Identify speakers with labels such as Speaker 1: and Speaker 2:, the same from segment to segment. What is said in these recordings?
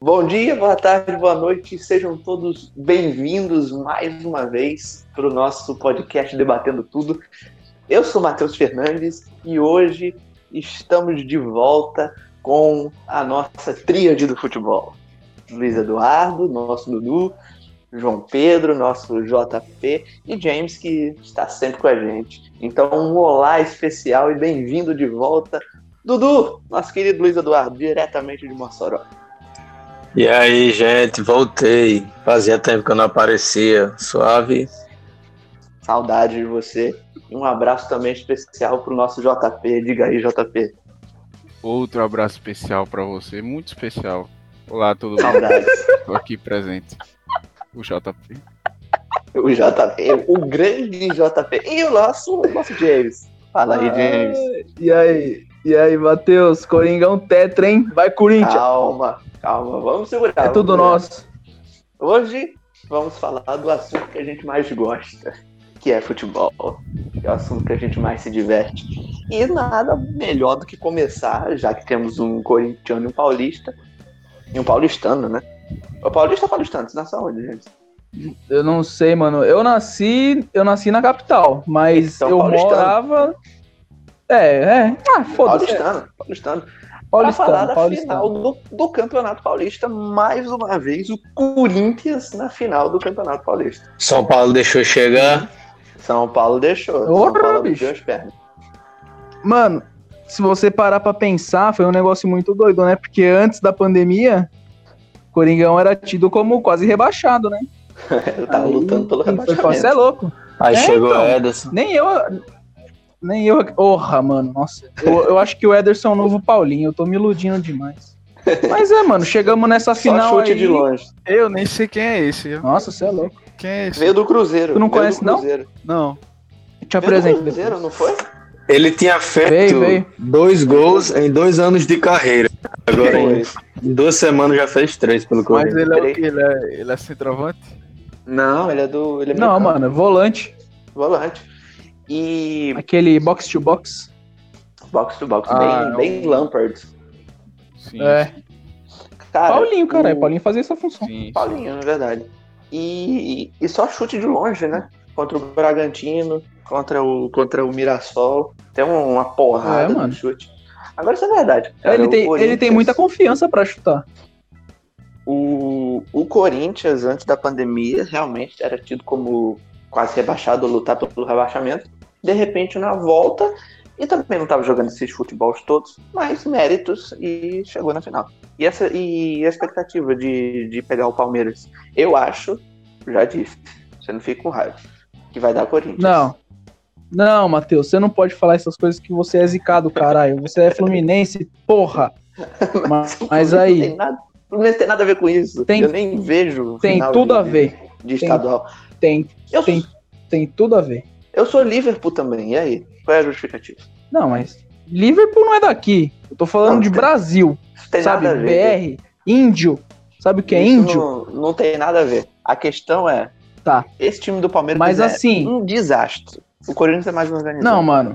Speaker 1: Bom dia, boa tarde, boa noite, sejam todos bem-vindos mais uma vez para o nosso podcast Debatendo Tudo. Eu sou Matheus Fernandes e hoje estamos de volta com a nossa tríade do futebol. Luiz Eduardo, nosso Dudu, João Pedro, nosso JP e James, que está sempre com a gente. Então, um olá especial e bem-vindo de volta, Dudu, nosso querido Luiz Eduardo, diretamente de Mossoró.
Speaker 2: E aí, gente, voltei. Fazia tempo que eu não aparecia. Suave.
Speaker 1: Saudade de você. E um abraço também especial para o nosso JP. Diga aí, JP.
Speaker 3: Outro abraço especial para você, muito especial. Olá, todo mundo.
Speaker 1: Saudades.
Speaker 3: Estou aqui presente. O JP.
Speaker 1: o JP, o grande JP. E o nosso, o nosso James. Fala
Speaker 4: Ah,
Speaker 1: aí, James.
Speaker 4: E aí? E aí, Matheus? Coringão tetra, hein? Vai, Corinthians!
Speaker 1: Calma, calma. Vamos segurar.
Speaker 4: é
Speaker 1: vamos
Speaker 4: tudo
Speaker 1: segurar.
Speaker 4: nosso.
Speaker 1: Hoje vamos falar do assunto que a gente mais gosta, que é futebol. Que é o assunto que a gente mais se diverte. E nada melhor do que começar, já que temos um corintiano e um paulista. E um paulistano, né? O paulista ou paulistano? Você nasceu onde, gente?
Speaker 4: Eu não sei, mano. Eu nasci, eu nasci na capital, mas
Speaker 1: Então,
Speaker 4: eu
Speaker 1: paulistano.
Speaker 4: morava. É, é. Ah, foda-se. é.
Speaker 1: Paulistano, paulistano. Pra falar
Speaker 4: Paulistano,
Speaker 1: da
Speaker 4: paulistano.
Speaker 1: final do, do Campeonato Paulista, mais uma vez, o Corinthians na final do Campeonato Paulista.
Speaker 2: São Paulo deixou chegar.
Speaker 1: São Paulo deixou. São
Speaker 4: Ora,
Speaker 1: Paulo
Speaker 4: bicho.
Speaker 1: deu as pernas.
Speaker 4: Mano, se você parar pra pensar, foi um negócio muito doido, né? Porque antes da pandemia, Coringão era tido como quase rebaixado, né?
Speaker 1: Eu tava Tá
Speaker 4: Aí,
Speaker 1: lutando pelo
Speaker 4: quem foi pra-
Speaker 1: rebaixamento.
Speaker 4: Você é louco.
Speaker 2: Aí
Speaker 4: É,
Speaker 2: chegou
Speaker 4: então.
Speaker 2: o Ederson.
Speaker 4: Nem eu. Nem eu. Porra, mano. Nossa. Eu, eu acho que o Ederson é o novo Paulinho. Eu tô me iludindo demais. Mas é, mano. Chegamos nessa final.
Speaker 1: Só chute
Speaker 4: aí.
Speaker 1: de longe.
Speaker 3: Eu nem sei quem é esse. eu-
Speaker 4: Nossa, você é louco.
Speaker 3: Quem é esse?
Speaker 1: Veio do Cruzeiro.
Speaker 4: Tu não
Speaker 1: veio
Speaker 4: conhece,
Speaker 1: do
Speaker 4: não?
Speaker 1: Cruzeiro.
Speaker 3: Não.
Speaker 4: Eu te
Speaker 1: Veio
Speaker 4: apresento.
Speaker 1: do Cruzeiro,
Speaker 4: depois.
Speaker 1: não foi?
Speaker 2: Ele tinha feito
Speaker 4: Veio, veio.
Speaker 2: dois gols em dois anos de carreira. Agora, é em
Speaker 1: Foi.
Speaker 2: duas semanas, já fez três pelo
Speaker 3: Mas
Speaker 2: Corinthians.
Speaker 3: ele é o quê? Ele é, ele é centroavante?
Speaker 1: Não, ele é do. Ele é
Speaker 4: Não,
Speaker 1: meio campo,
Speaker 4: mano. Volante.
Speaker 1: Volante. E
Speaker 4: Aquele box to box.
Speaker 1: box to box,
Speaker 3: Ah,
Speaker 1: bem, bem
Speaker 3: é um-
Speaker 1: Lampard.
Speaker 3: Sim.
Speaker 4: É.
Speaker 1: Cara,
Speaker 4: Paulinho, cara. é
Speaker 1: o-
Speaker 4: Paulinho fazia essa função.
Speaker 3: sim.
Speaker 1: Paulinho, na verdade. E, e só chute de longe, né? Contra o Bragantino, contra o, contra o Mirassol. Tem um, uma porrada
Speaker 4: É,
Speaker 1: de
Speaker 4: mano.
Speaker 1: chute. Agora isso é verdade. cara.
Speaker 4: ele,
Speaker 1: O
Speaker 4: tem, ele tem
Speaker 1: Corinthians-
Speaker 4: muita confiança pra chutar.
Speaker 1: O, o Corinthians, antes da pandemia, realmente era tido como quase rebaixado, lutar pelo rebaixamento. De repente, na volta, e também não estava jogando esses futebols todos, mas méritos, e chegou na final. E, essa, e a expectativa de, de pegar o Palmeiras? Eu acho, já disse, você não fica com raiva, que vai dar Corinthians.
Speaker 4: Não. Não, Matheus, você não pode falar essas coisas que você é zicado, caralho. Você é fluminense, porra. Mas, mas
Speaker 1: Não
Speaker 4: aí.
Speaker 1: tem nada, não tem nada a ver com isso.
Speaker 4: Tem-
Speaker 1: Eu nem vejo. o
Speaker 4: Tem
Speaker 1: final né?
Speaker 4: tudo
Speaker 1: de-
Speaker 4: a ver.
Speaker 1: De estadual.
Speaker 4: Tem,
Speaker 1: Eu,
Speaker 4: tem, tem tudo a ver.
Speaker 1: eu sou Liverpool também, e aí? Qual é a justificativa?
Speaker 4: Não, mas Liverpool não é daqui. Eu tô falando
Speaker 1: Não,
Speaker 4: de
Speaker 1: tem-
Speaker 4: Brasil,
Speaker 1: Não tem
Speaker 4: sabe?
Speaker 1: nada a ver.
Speaker 4: BR, índio. Sabe o que é
Speaker 1: Isso
Speaker 4: índio?
Speaker 1: Não, não tem nada a ver. A questão é.
Speaker 4: Tá.
Speaker 1: Esse time do Palmeiras
Speaker 4: Mas
Speaker 1: é
Speaker 4: assim-
Speaker 1: um desastre. O Corinthians é mais organizado.
Speaker 4: Não, mano.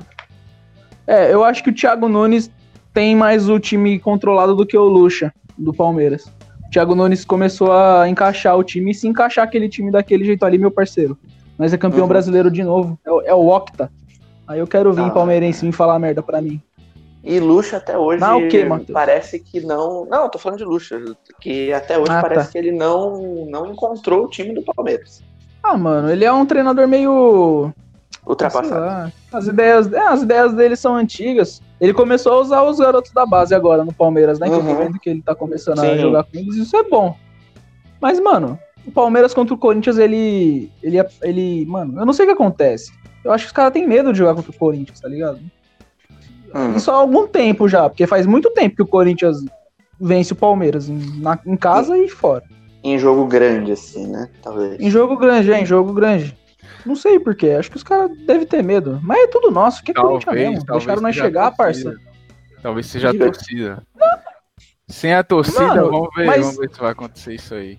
Speaker 4: É, eu acho que o Thiago Nunes tem mais o time controlado do que o Lucha, do Palmeiras. O Thiago Nunes começou a encaixar o time e se encaixar aquele time daquele jeito ali, meu parceiro. Nós é campeão
Speaker 1: Uhum.
Speaker 4: brasileiro de novo. É, o- é o Octa. Aí eu quero vir,
Speaker 1: Ah.
Speaker 4: palmeirense, vir falar merda pra mim.
Speaker 1: E Lucha até hoje
Speaker 4: Não, o quê, Matheus?
Speaker 1: parece que não. Não, eu tô falando de Lucha. Que até hoje
Speaker 4: Ah,
Speaker 1: parece
Speaker 4: tá.
Speaker 1: que ele não, não encontrou o time do Palmeiras.
Speaker 4: Ah, mano, ele é um treinador meio. Tá, Sei
Speaker 1: Ultrapassado.
Speaker 4: lá. As ideias, é, as ideias dele são antigas. Ele começou a usar os garotos da base agora no Palmeiras, né? Que eu
Speaker 1: Uhum.
Speaker 4: tô vendo que ele tá começando
Speaker 1: Sim.
Speaker 4: a jogar com eles, isso é bom. Mas, mano, o Palmeiras contra o Corinthians, ele. ele, é, ele mano, eu não sei o que acontece. Eu acho que os caras têm medo de jogar contra o Corinthians, tá ligado?
Speaker 1: Hum.
Speaker 4: Isso é. há algum tempo já, porque faz muito tempo que o Corinthians vence o Palmeiras em, na- em casa e fora.
Speaker 1: Em jogo grande, assim, né? Talvez.
Speaker 4: Em jogo grande, é, em jogo grande. Não sei porquê, acho que os caras devem ter medo. Mas é tudo nosso, que é Corinthians mesmo. Deixaram nós
Speaker 3: seja a
Speaker 4: chegar, parça.
Speaker 3: torcida. Talvez seja a
Speaker 1: Diga.
Speaker 3: torcida. Sem a torcida,
Speaker 4: Mano,
Speaker 3: vamos, ver,
Speaker 4: mas-
Speaker 3: vamos ver se vai acontecer isso aí.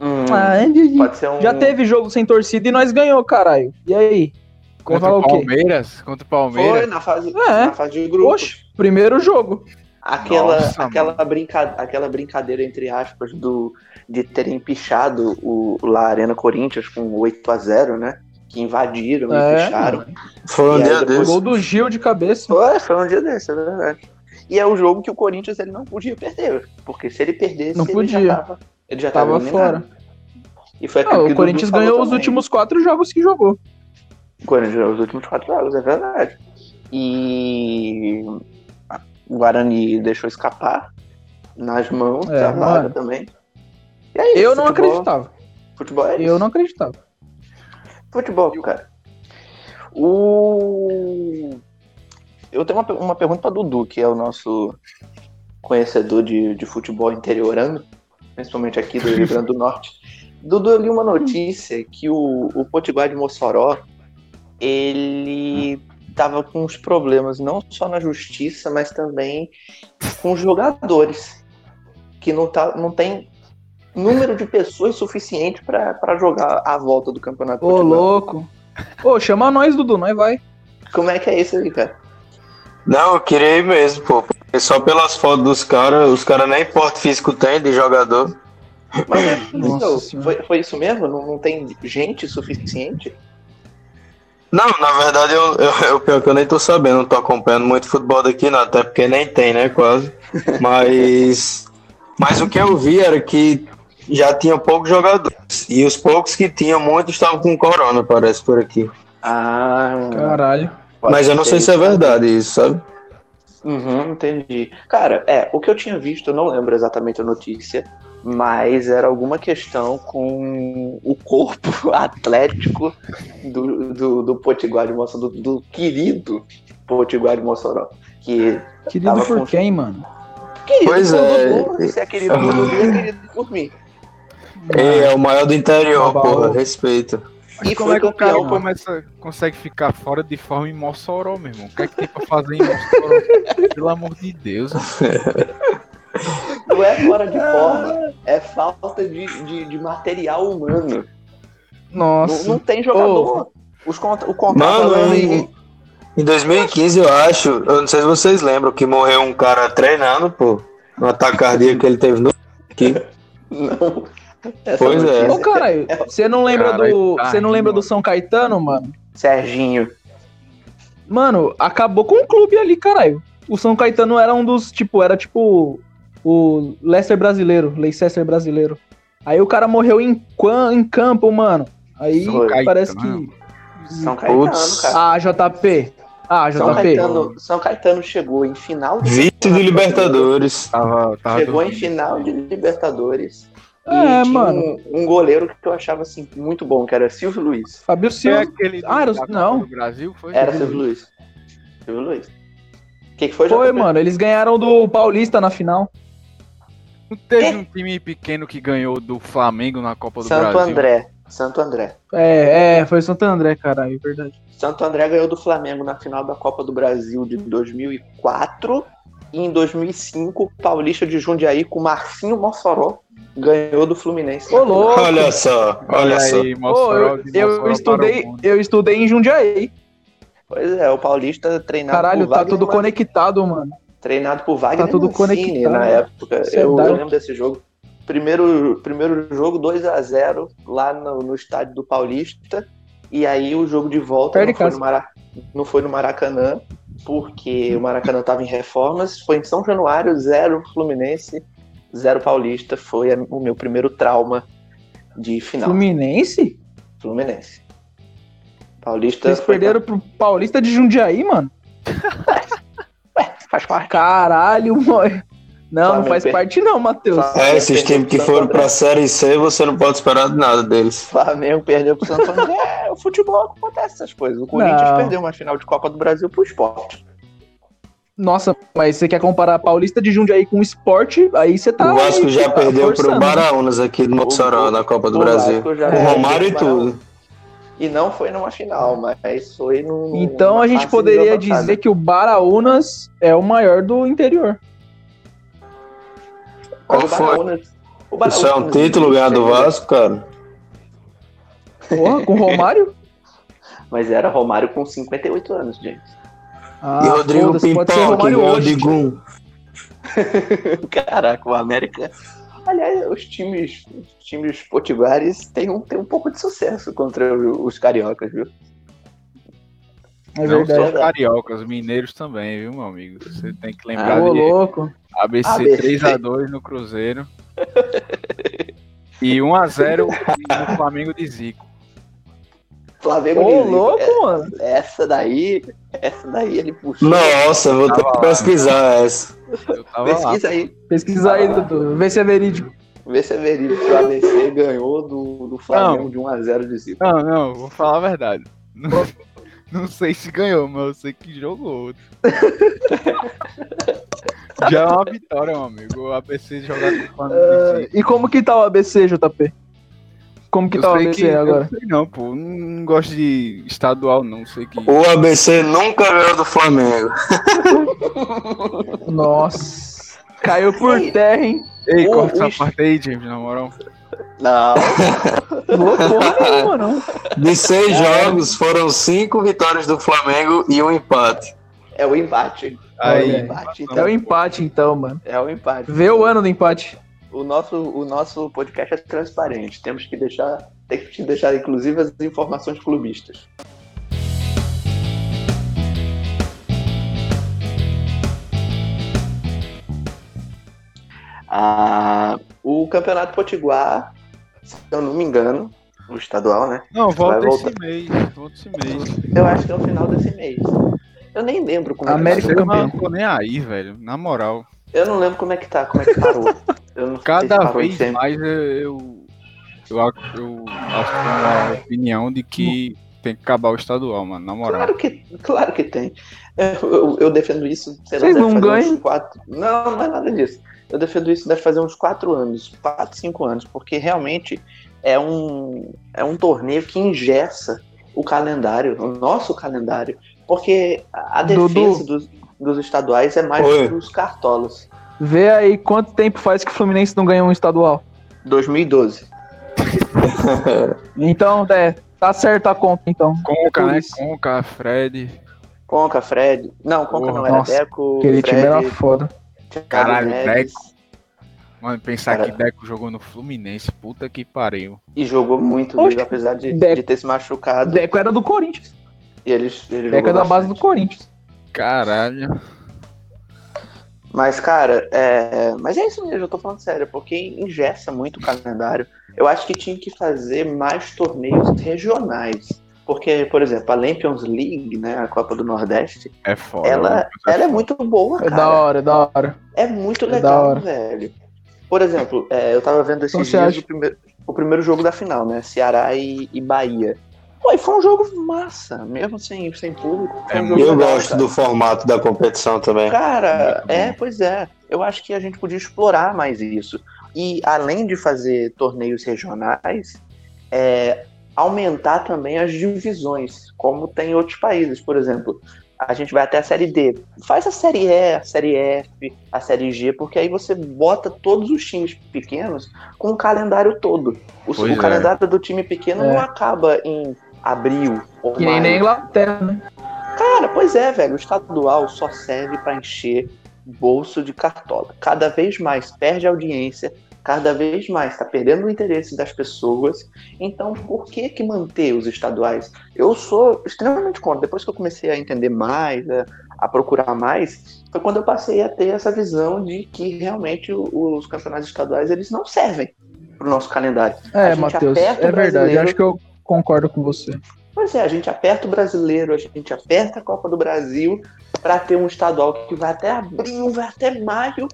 Speaker 1: Hum,
Speaker 4: Ah, é de- de-
Speaker 1: Pode ser um.
Speaker 4: Já teve jogo sem torcida e nós ganhou, caralho. E aí? Vai
Speaker 3: Contra
Speaker 4: falar
Speaker 3: o
Speaker 4: o quê?
Speaker 3: Palmeiras? Contra o
Speaker 1: Foi
Speaker 3: Palmeiras?
Speaker 1: na fase,
Speaker 4: É.
Speaker 1: na fase de grupo.
Speaker 4: Oxe, primeiro jogo.
Speaker 1: Aquela,
Speaker 3: Nossa,
Speaker 1: aquela, brinca, aquela brincadeira, entre aspas, do, de terem pichado o, lá a Arena Corinthians com 8 a 0 né? Que invadiram e
Speaker 4: É,
Speaker 1: picharam.
Speaker 2: Foi um
Speaker 1: E aí
Speaker 2: dia
Speaker 1: depois-
Speaker 2: desse.
Speaker 4: Gol do Gil de cabeça.
Speaker 1: Foi, foi um dia desse, é verdade. E é o jogo que o Corinthians ele não podia perder. Porque se ele perdesse,
Speaker 4: Não
Speaker 1: ele
Speaker 4: podia.
Speaker 1: já tava, ele já tava
Speaker 4: Tava
Speaker 1: eliminado.
Speaker 4: fora.
Speaker 1: E foi
Speaker 4: Ah,
Speaker 1: aquilo que
Speaker 4: o
Speaker 1: Dudu
Speaker 4: Corinthians
Speaker 1: falou
Speaker 4: ganhou os
Speaker 1: também.
Speaker 4: últimos quatro jogos que jogou.
Speaker 1: O Corinthians ganhou os últimos quatro jogos, é verdade. E o Guarani deixou escapar nas mãos
Speaker 4: É,
Speaker 1: da vaga
Speaker 4: mano.
Speaker 1: também. E é isso,
Speaker 4: Eu não
Speaker 1: futebol-
Speaker 4: acreditava.
Speaker 1: Futebol é
Speaker 4: Eu
Speaker 1: isso.
Speaker 4: não acreditava.
Speaker 1: Futebol, cara. O... Eu tenho uma, pe- uma pergunta para Dudu, que é o nosso conhecedor de, de futebol interiorano, principalmente aqui do Rio Grande do Norte. Dudu, eu li uma notícia que o, o Potiguar de Mossoró, ele tava com uns problemas, não só na justiça, mas também com os jogadores, que não, tá, não tem número de pessoas suficiente para jogar a volta do campeonato.
Speaker 4: Ô,
Speaker 1: potiguar.
Speaker 4: louco. Ô, chama nós, Dudu, nós vai.
Speaker 1: Como é que é isso aí, cara?
Speaker 2: Não, eu queria ir mesmo, pô. Porque só pelas fotos dos caras, os caras nem porte físico tem de jogador.
Speaker 1: Mas é isso,
Speaker 4: Nossa
Speaker 1: foi,
Speaker 4: Senhora.
Speaker 1: foi isso mesmo? Não, não tem gente suficiente?
Speaker 2: Não, na verdade, eu, eu, eu, pior que eu nem tô sabendo, não tô acompanhando muito futebol daqui, não, até porque nem tem, né, quase. Mas, mas o que eu vi era que já tinha poucos jogadores. E os poucos que tinham, muitos estavam com corona, parece, por aqui.
Speaker 1: Ah,
Speaker 4: Caralho.
Speaker 2: Mas eu não sei se é verdade isso, sabe?
Speaker 1: Uhum, entendi. Cara, é, o que eu tinha visto, eu não lembro exatamente a notícia, mas era alguma questão com o corpo atlético do, do, do Potiguar de Mossoró, do, do querido Potiguar de Mossoró. Que,
Speaker 4: Querido
Speaker 1: Tava
Speaker 4: por
Speaker 1: com-
Speaker 4: quem, mano?
Speaker 1: querido
Speaker 2: Pois
Speaker 1: por
Speaker 2: é.
Speaker 1: Dudu, se é querido por Dudu, é querido por mim.
Speaker 2: Ei, é o maior do interior, porra, respeito.
Speaker 1: E
Speaker 3: E como
Speaker 1: foi
Speaker 3: é que o cara
Speaker 1: campeão.
Speaker 3: começa, consegue ficar fora de forma em Mossoró, meu irmão? O que é que tem pra fazer em Mossoró? Pelo amor de Deus.
Speaker 1: Não é fora de
Speaker 4: Ah.
Speaker 1: forma, é falta de, de, de material humano. Não,
Speaker 4: Nossa.
Speaker 1: não tem jogador. Os contra, o contrato
Speaker 2: Mano,
Speaker 1: não,
Speaker 2: em, em 2015, eu acho, eu não sei se vocês lembram, que morreu um cara treinando, pô, no ataque cardíaco que ele teve no. Aqui.
Speaker 1: não. Essa
Speaker 2: Pois é.
Speaker 1: notícia-
Speaker 4: Ô, caralho, você não lembra
Speaker 3: Caralho,
Speaker 4: do.
Speaker 3: tá
Speaker 4: Você não lembra
Speaker 3: rindo,
Speaker 4: do São Caetano, mano?
Speaker 1: Serginho.
Speaker 4: Mano, acabou com o clube ali, caralho. O São Caetano era um dos, tipo, era tipo o Leicester brasileiro, Leicester brasileiro. Aí o cara morreu em, quan- em campo, mano. Aí
Speaker 1: São
Speaker 4: parece
Speaker 3: Caetano. né?
Speaker 4: que.
Speaker 1: São Caetano,
Speaker 2: Putz.
Speaker 1: cara.
Speaker 4: Ah, JP. Ah, JP.
Speaker 1: São Caetano, São Caetano chegou em final de
Speaker 2: Vice de Libertadores.
Speaker 3: Tava, tava
Speaker 1: chegou em
Speaker 3: dormindo.
Speaker 1: final de Libertadores.
Speaker 4: É,
Speaker 1: e tinha
Speaker 4: mano.
Speaker 1: Um, um goleiro que eu achava assim muito bom, que era Silvio Luiz.
Speaker 4: Fabio
Speaker 3: Foi
Speaker 4: Silva.
Speaker 3: é aquele
Speaker 4: Ah, era o-
Speaker 3: da Copa
Speaker 4: não.
Speaker 3: do Brasil, foi?
Speaker 1: Era Silvio Luiz. Silvio Luiz. O que, que foi,
Speaker 4: Foi,
Speaker 1: JP?
Speaker 4: mano. Eles ganharam do Paulista na final.
Speaker 3: Não teve um time pequeno que ganhou do Flamengo na Copa do
Speaker 1: É. Santo
Speaker 3: Brasil.
Speaker 1: André. Santo André.
Speaker 4: É, é, foi Santo André, caralho, é verdade.
Speaker 1: Santo André ganhou do Flamengo na final da Copa do Brasil de 2004 e em 2005 o Paulista de Jundiaí com Marcinho Mossoró ganhou do Fluminense.
Speaker 4: Ô, louco.
Speaker 2: Olha só, olha só.
Speaker 3: aí,
Speaker 4: Pô,
Speaker 3: Mossoró,
Speaker 4: eu,
Speaker 3: de
Speaker 4: eu
Speaker 3: Mossoró para o
Speaker 4: estudei,
Speaker 3: mundo.
Speaker 4: eu estudei em Jundiaí.
Speaker 1: Pois é, o Paulista treinado
Speaker 4: Caralho,
Speaker 1: por
Speaker 4: tá
Speaker 1: Wagner,
Speaker 4: tudo conectado, mano.
Speaker 1: treinado por Wagner
Speaker 4: tá tudo
Speaker 1: Mancini
Speaker 4: conectado.
Speaker 1: na época.
Speaker 4: Isso é
Speaker 1: Eu, eu
Speaker 4: verdade.
Speaker 1: lembro desse jogo. Primeiro, primeiro jogo 2 a 0 lá no, no estádio do Paulista e aí o jogo de volta
Speaker 4: Perde
Speaker 1: não foi,
Speaker 4: casa.
Speaker 1: no Mara- não foi no Maracanã porque o Maracanã estava em reformas. Foi em São Januário, zero Fluminense, zero Paulista. Foi a- o meu primeiro trauma de final.
Speaker 4: Fluminense?
Speaker 1: Fluminense. Paulista.
Speaker 4: Vocês
Speaker 1: foi-
Speaker 4: perderam pro Paulista de Jundiaí, mano?
Speaker 1: É, Faz parte.
Speaker 4: Caralho, mano. Não, não
Speaker 1: Flamengo
Speaker 4: faz
Speaker 1: perde.
Speaker 4: parte não, Matheus.
Speaker 1: Flamengo.
Speaker 2: É, esses times que foram pra Série C, você não pode esperar de nada deles.
Speaker 1: Flamengo perdeu pro Santo André. É, o futebol acontece essas coisas. O Corinthians
Speaker 4: Não.
Speaker 1: perdeu uma final de Copa do Brasil pro esporte.
Speaker 4: Nossa, mas você quer comparar Paulista de Jundiaí com esporte, aí você tá...
Speaker 2: O Vasco
Speaker 4: aí,
Speaker 2: já
Speaker 4: tá
Speaker 2: perdeu pro
Speaker 4: forçando.
Speaker 2: Baraunas aqui do Mossoró na Copa do
Speaker 1: O
Speaker 2: Brasil.
Speaker 1: Vasco é, já
Speaker 2: O Romário e
Speaker 1: perdeu pro
Speaker 2: tudo.
Speaker 1: E não foi numa final, mas foi num.
Speaker 4: Então a gente poderia dizer que o Baraunas é o maior do interior.
Speaker 2: Qual foi?
Speaker 1: O Baraunas-
Speaker 2: Isso é um título ganhar do Vasco, cara.
Speaker 4: Porra, com o Romário?
Speaker 1: Mas era Romário com 58 anos, gente.
Speaker 4: Ah,
Speaker 2: E Rodrigo
Speaker 4: foda-se, pode ser
Speaker 2: Pimpão, que
Speaker 4: Romário
Speaker 2: ganhou
Speaker 4: hoje.
Speaker 2: de Gum.
Speaker 1: Caraca, o América. Aliás, os times, os times potiguares têm um, têm um pouco de sucesso contra o- os cariocas, viu?
Speaker 4: É
Speaker 3: não
Speaker 4: verdade.
Speaker 3: só cariocas, mineiros também, viu, meu amigo? Você tem que lembrar
Speaker 1: Ah,
Speaker 4: Ô,
Speaker 3: de
Speaker 4: louco.
Speaker 3: ABC,
Speaker 1: ABC.
Speaker 3: 3x2 no Cruzeiro. e 1x0 no Flamengo de Zico.
Speaker 1: Flamengo
Speaker 4: Ô,
Speaker 1: Nizinho.
Speaker 4: louco, mano.
Speaker 1: Essa daí, essa daí ele puxou.
Speaker 2: Nossa, vou ter que pesquisar essa.
Speaker 3: Eu tava lá.
Speaker 1: Pesquisa aí,
Speaker 4: Pesquisa aí, Dudu. Vê se é verídico.
Speaker 1: vê se é verídico. O ABC ganhou do, do Flamengo de 1x0 de Zico.
Speaker 3: Não, não, vou falar a verdade. Não, não sei se ganhou, mas eu sei que jogou. Já é uma vitória, meu amigo. O ABC jogar com o Flamengo de Zico.
Speaker 4: E como que tá o ABC, JP? Como que
Speaker 3: É. Eu
Speaker 4: tá o
Speaker 3: sei
Speaker 4: ABC agora?
Speaker 3: Eu sei não, pô. Não gosto de estadual, não. Sei que.
Speaker 2: O ABC nunca ganhou do Flamengo.
Speaker 4: Nossa. Caiu por terra, hein?
Speaker 3: Ei,
Speaker 1: o-
Speaker 3: corta
Speaker 1: o
Speaker 3: essa parte aí, James, na moral.
Speaker 1: Não,
Speaker 4: Loucura nenhuma, não.
Speaker 2: De seis jogos, foram cinco vitórias do Flamengo e um empate.
Speaker 1: é o empate.
Speaker 4: Aí,
Speaker 1: é o
Speaker 4: Olha
Speaker 1: empate.
Speaker 4: É
Speaker 1: Então,
Speaker 4: o empate, então, mano.
Speaker 1: é o empate.
Speaker 4: Vê o ano do empate.
Speaker 1: O nosso, o nosso podcast é transparente. Temos que deixar, tem que deixar inclusive as informações clubistas. Ah, o Campeonato Potiguar, se eu não me engano, o estadual, né?
Speaker 3: Não, volta
Speaker 1: Vai
Speaker 3: esse
Speaker 1: voltar.
Speaker 3: mês. Volta esse mês.
Speaker 1: Eu acho que é o final desse mês. Eu nem lembro como
Speaker 4: América
Speaker 1: é que
Speaker 3: Eu
Speaker 1: tá.
Speaker 3: não
Speaker 4: campeão.
Speaker 3: tô nem aí, velho. Na moral.
Speaker 1: Eu não lembro como é que tá, como é que parou. Eu não sei se
Speaker 3: Cada
Speaker 1: parou em
Speaker 3: vez
Speaker 1: semi.
Speaker 3: mais eu, eu, eu, ac- eu acho que é uma opinião de que tem que acabar o estadual, mano. Na moral.
Speaker 1: Claro que, claro que tem. Eu, eu- eu defendo isso, sei lá,
Speaker 4: Vocês
Speaker 1: deve
Speaker 4: não
Speaker 1: fazer
Speaker 4: ganham?
Speaker 1: uns quatro. Não, não é nada disso. Eu defendo isso deve fazer uns quatro anos, quatro, cinco anos, porque realmente é um, é um torneio que ingessa o calendário, o nosso calendário, porque a a
Speaker 4: Dudu.
Speaker 1: defesa dos, dos estaduais é mais
Speaker 2: Oi.
Speaker 1: dos cartolos.
Speaker 4: Vê aí quanto tempo faz que o Fluminense não ganhou um estadual.
Speaker 1: 2012.
Speaker 4: Então, é, tá certo a conta, então.
Speaker 3: Conca,
Speaker 4: Por
Speaker 3: né?
Speaker 4: isso.
Speaker 3: Conca, Fred.
Speaker 1: Conca, Fred. Não, Conca
Speaker 3: Porra,
Speaker 1: não era
Speaker 4: nossa,
Speaker 1: Deco.
Speaker 4: Aquele time era
Speaker 1: Fred,
Speaker 4: foda.
Speaker 1: Thiago
Speaker 3: Caralho,
Speaker 1: Neves.
Speaker 3: Mano, pensar
Speaker 1: Cara.
Speaker 3: que Deco jogou no Fluminense. Puta que pariu.
Speaker 1: E jogou muito,
Speaker 4: Oxe,
Speaker 1: viu, apesar de,
Speaker 4: Deco.
Speaker 1: de ter se machucado.
Speaker 4: Deco era do Corinthians.
Speaker 1: E eles, ele
Speaker 4: Deco
Speaker 1: jogou
Speaker 4: é da base do
Speaker 1: bastante.
Speaker 4: Corinthians.
Speaker 3: Caralho.
Speaker 1: Mas, cara, é... Mas é isso mesmo, eu tô falando sério, porque ingessa muito o calendário. Eu acho que tinha que fazer mais torneios regionais. Porque, por exemplo, a Lampions League, né, a Copa do Nordeste,
Speaker 3: É foda.
Speaker 1: ela,
Speaker 3: é
Speaker 1: ela é muito boa,
Speaker 4: É da
Speaker 1: cara.
Speaker 4: hora, é da hora.
Speaker 1: É muito
Speaker 4: é da
Speaker 1: legal,
Speaker 4: hora.
Speaker 1: velho. Por exemplo, é, eu tava vendo esses
Speaker 4: Então, você
Speaker 1: dias
Speaker 4: acha-
Speaker 1: o, primeiro, o primeiro jogo da final, né, Ceará e, e Bahia. Pô, e foi um jogo massa, mesmo sem, sem público. Foi
Speaker 3: É
Speaker 1: um jogo
Speaker 2: Eu
Speaker 1: legal,
Speaker 2: gosto
Speaker 1: cara.
Speaker 2: do formato da competição também.
Speaker 1: Cara,
Speaker 3: Muito bom.
Speaker 1: é, pois é. Eu acho que a gente podia explorar mais isso. E além de fazer torneios regionais, é, aumentar também as divisões, como tem em outros países. Por exemplo, a gente vai até a série D. Faz a série E, a série F, a série G, porque aí você bota todos os times pequenos com o calendário todo. O,
Speaker 3: Pois
Speaker 1: o
Speaker 3: é.
Speaker 1: calendário do time pequeno
Speaker 4: É.
Speaker 1: não acaba em abril ou
Speaker 4: Que nem
Speaker 1: maio.
Speaker 4: na Inglaterra, né?
Speaker 1: Cara, pois é, velho. O estadual só serve pra encher bolso de cartola. Cada vez mais perde audiência, cada vez mais tá perdendo o interesse das pessoas. Então, por que que manter os estaduais? Eu sou extremamente contra. Depois que eu comecei a entender mais, a, a procurar mais, foi quando eu passei a ter essa visão de que realmente o- os campeonatos estaduais eles não servem pro nosso calendário. A
Speaker 4: É,
Speaker 1: gente aperta
Speaker 4: Matheus.
Speaker 1: o
Speaker 4: É verdade.
Speaker 1: brasileiro.
Speaker 4: Acho que eu concordo com você.
Speaker 1: Pois é, a gente aperta o brasileiro, a gente aperta a Copa do Brasil pra ter um estadual que vai até abril, vai até maio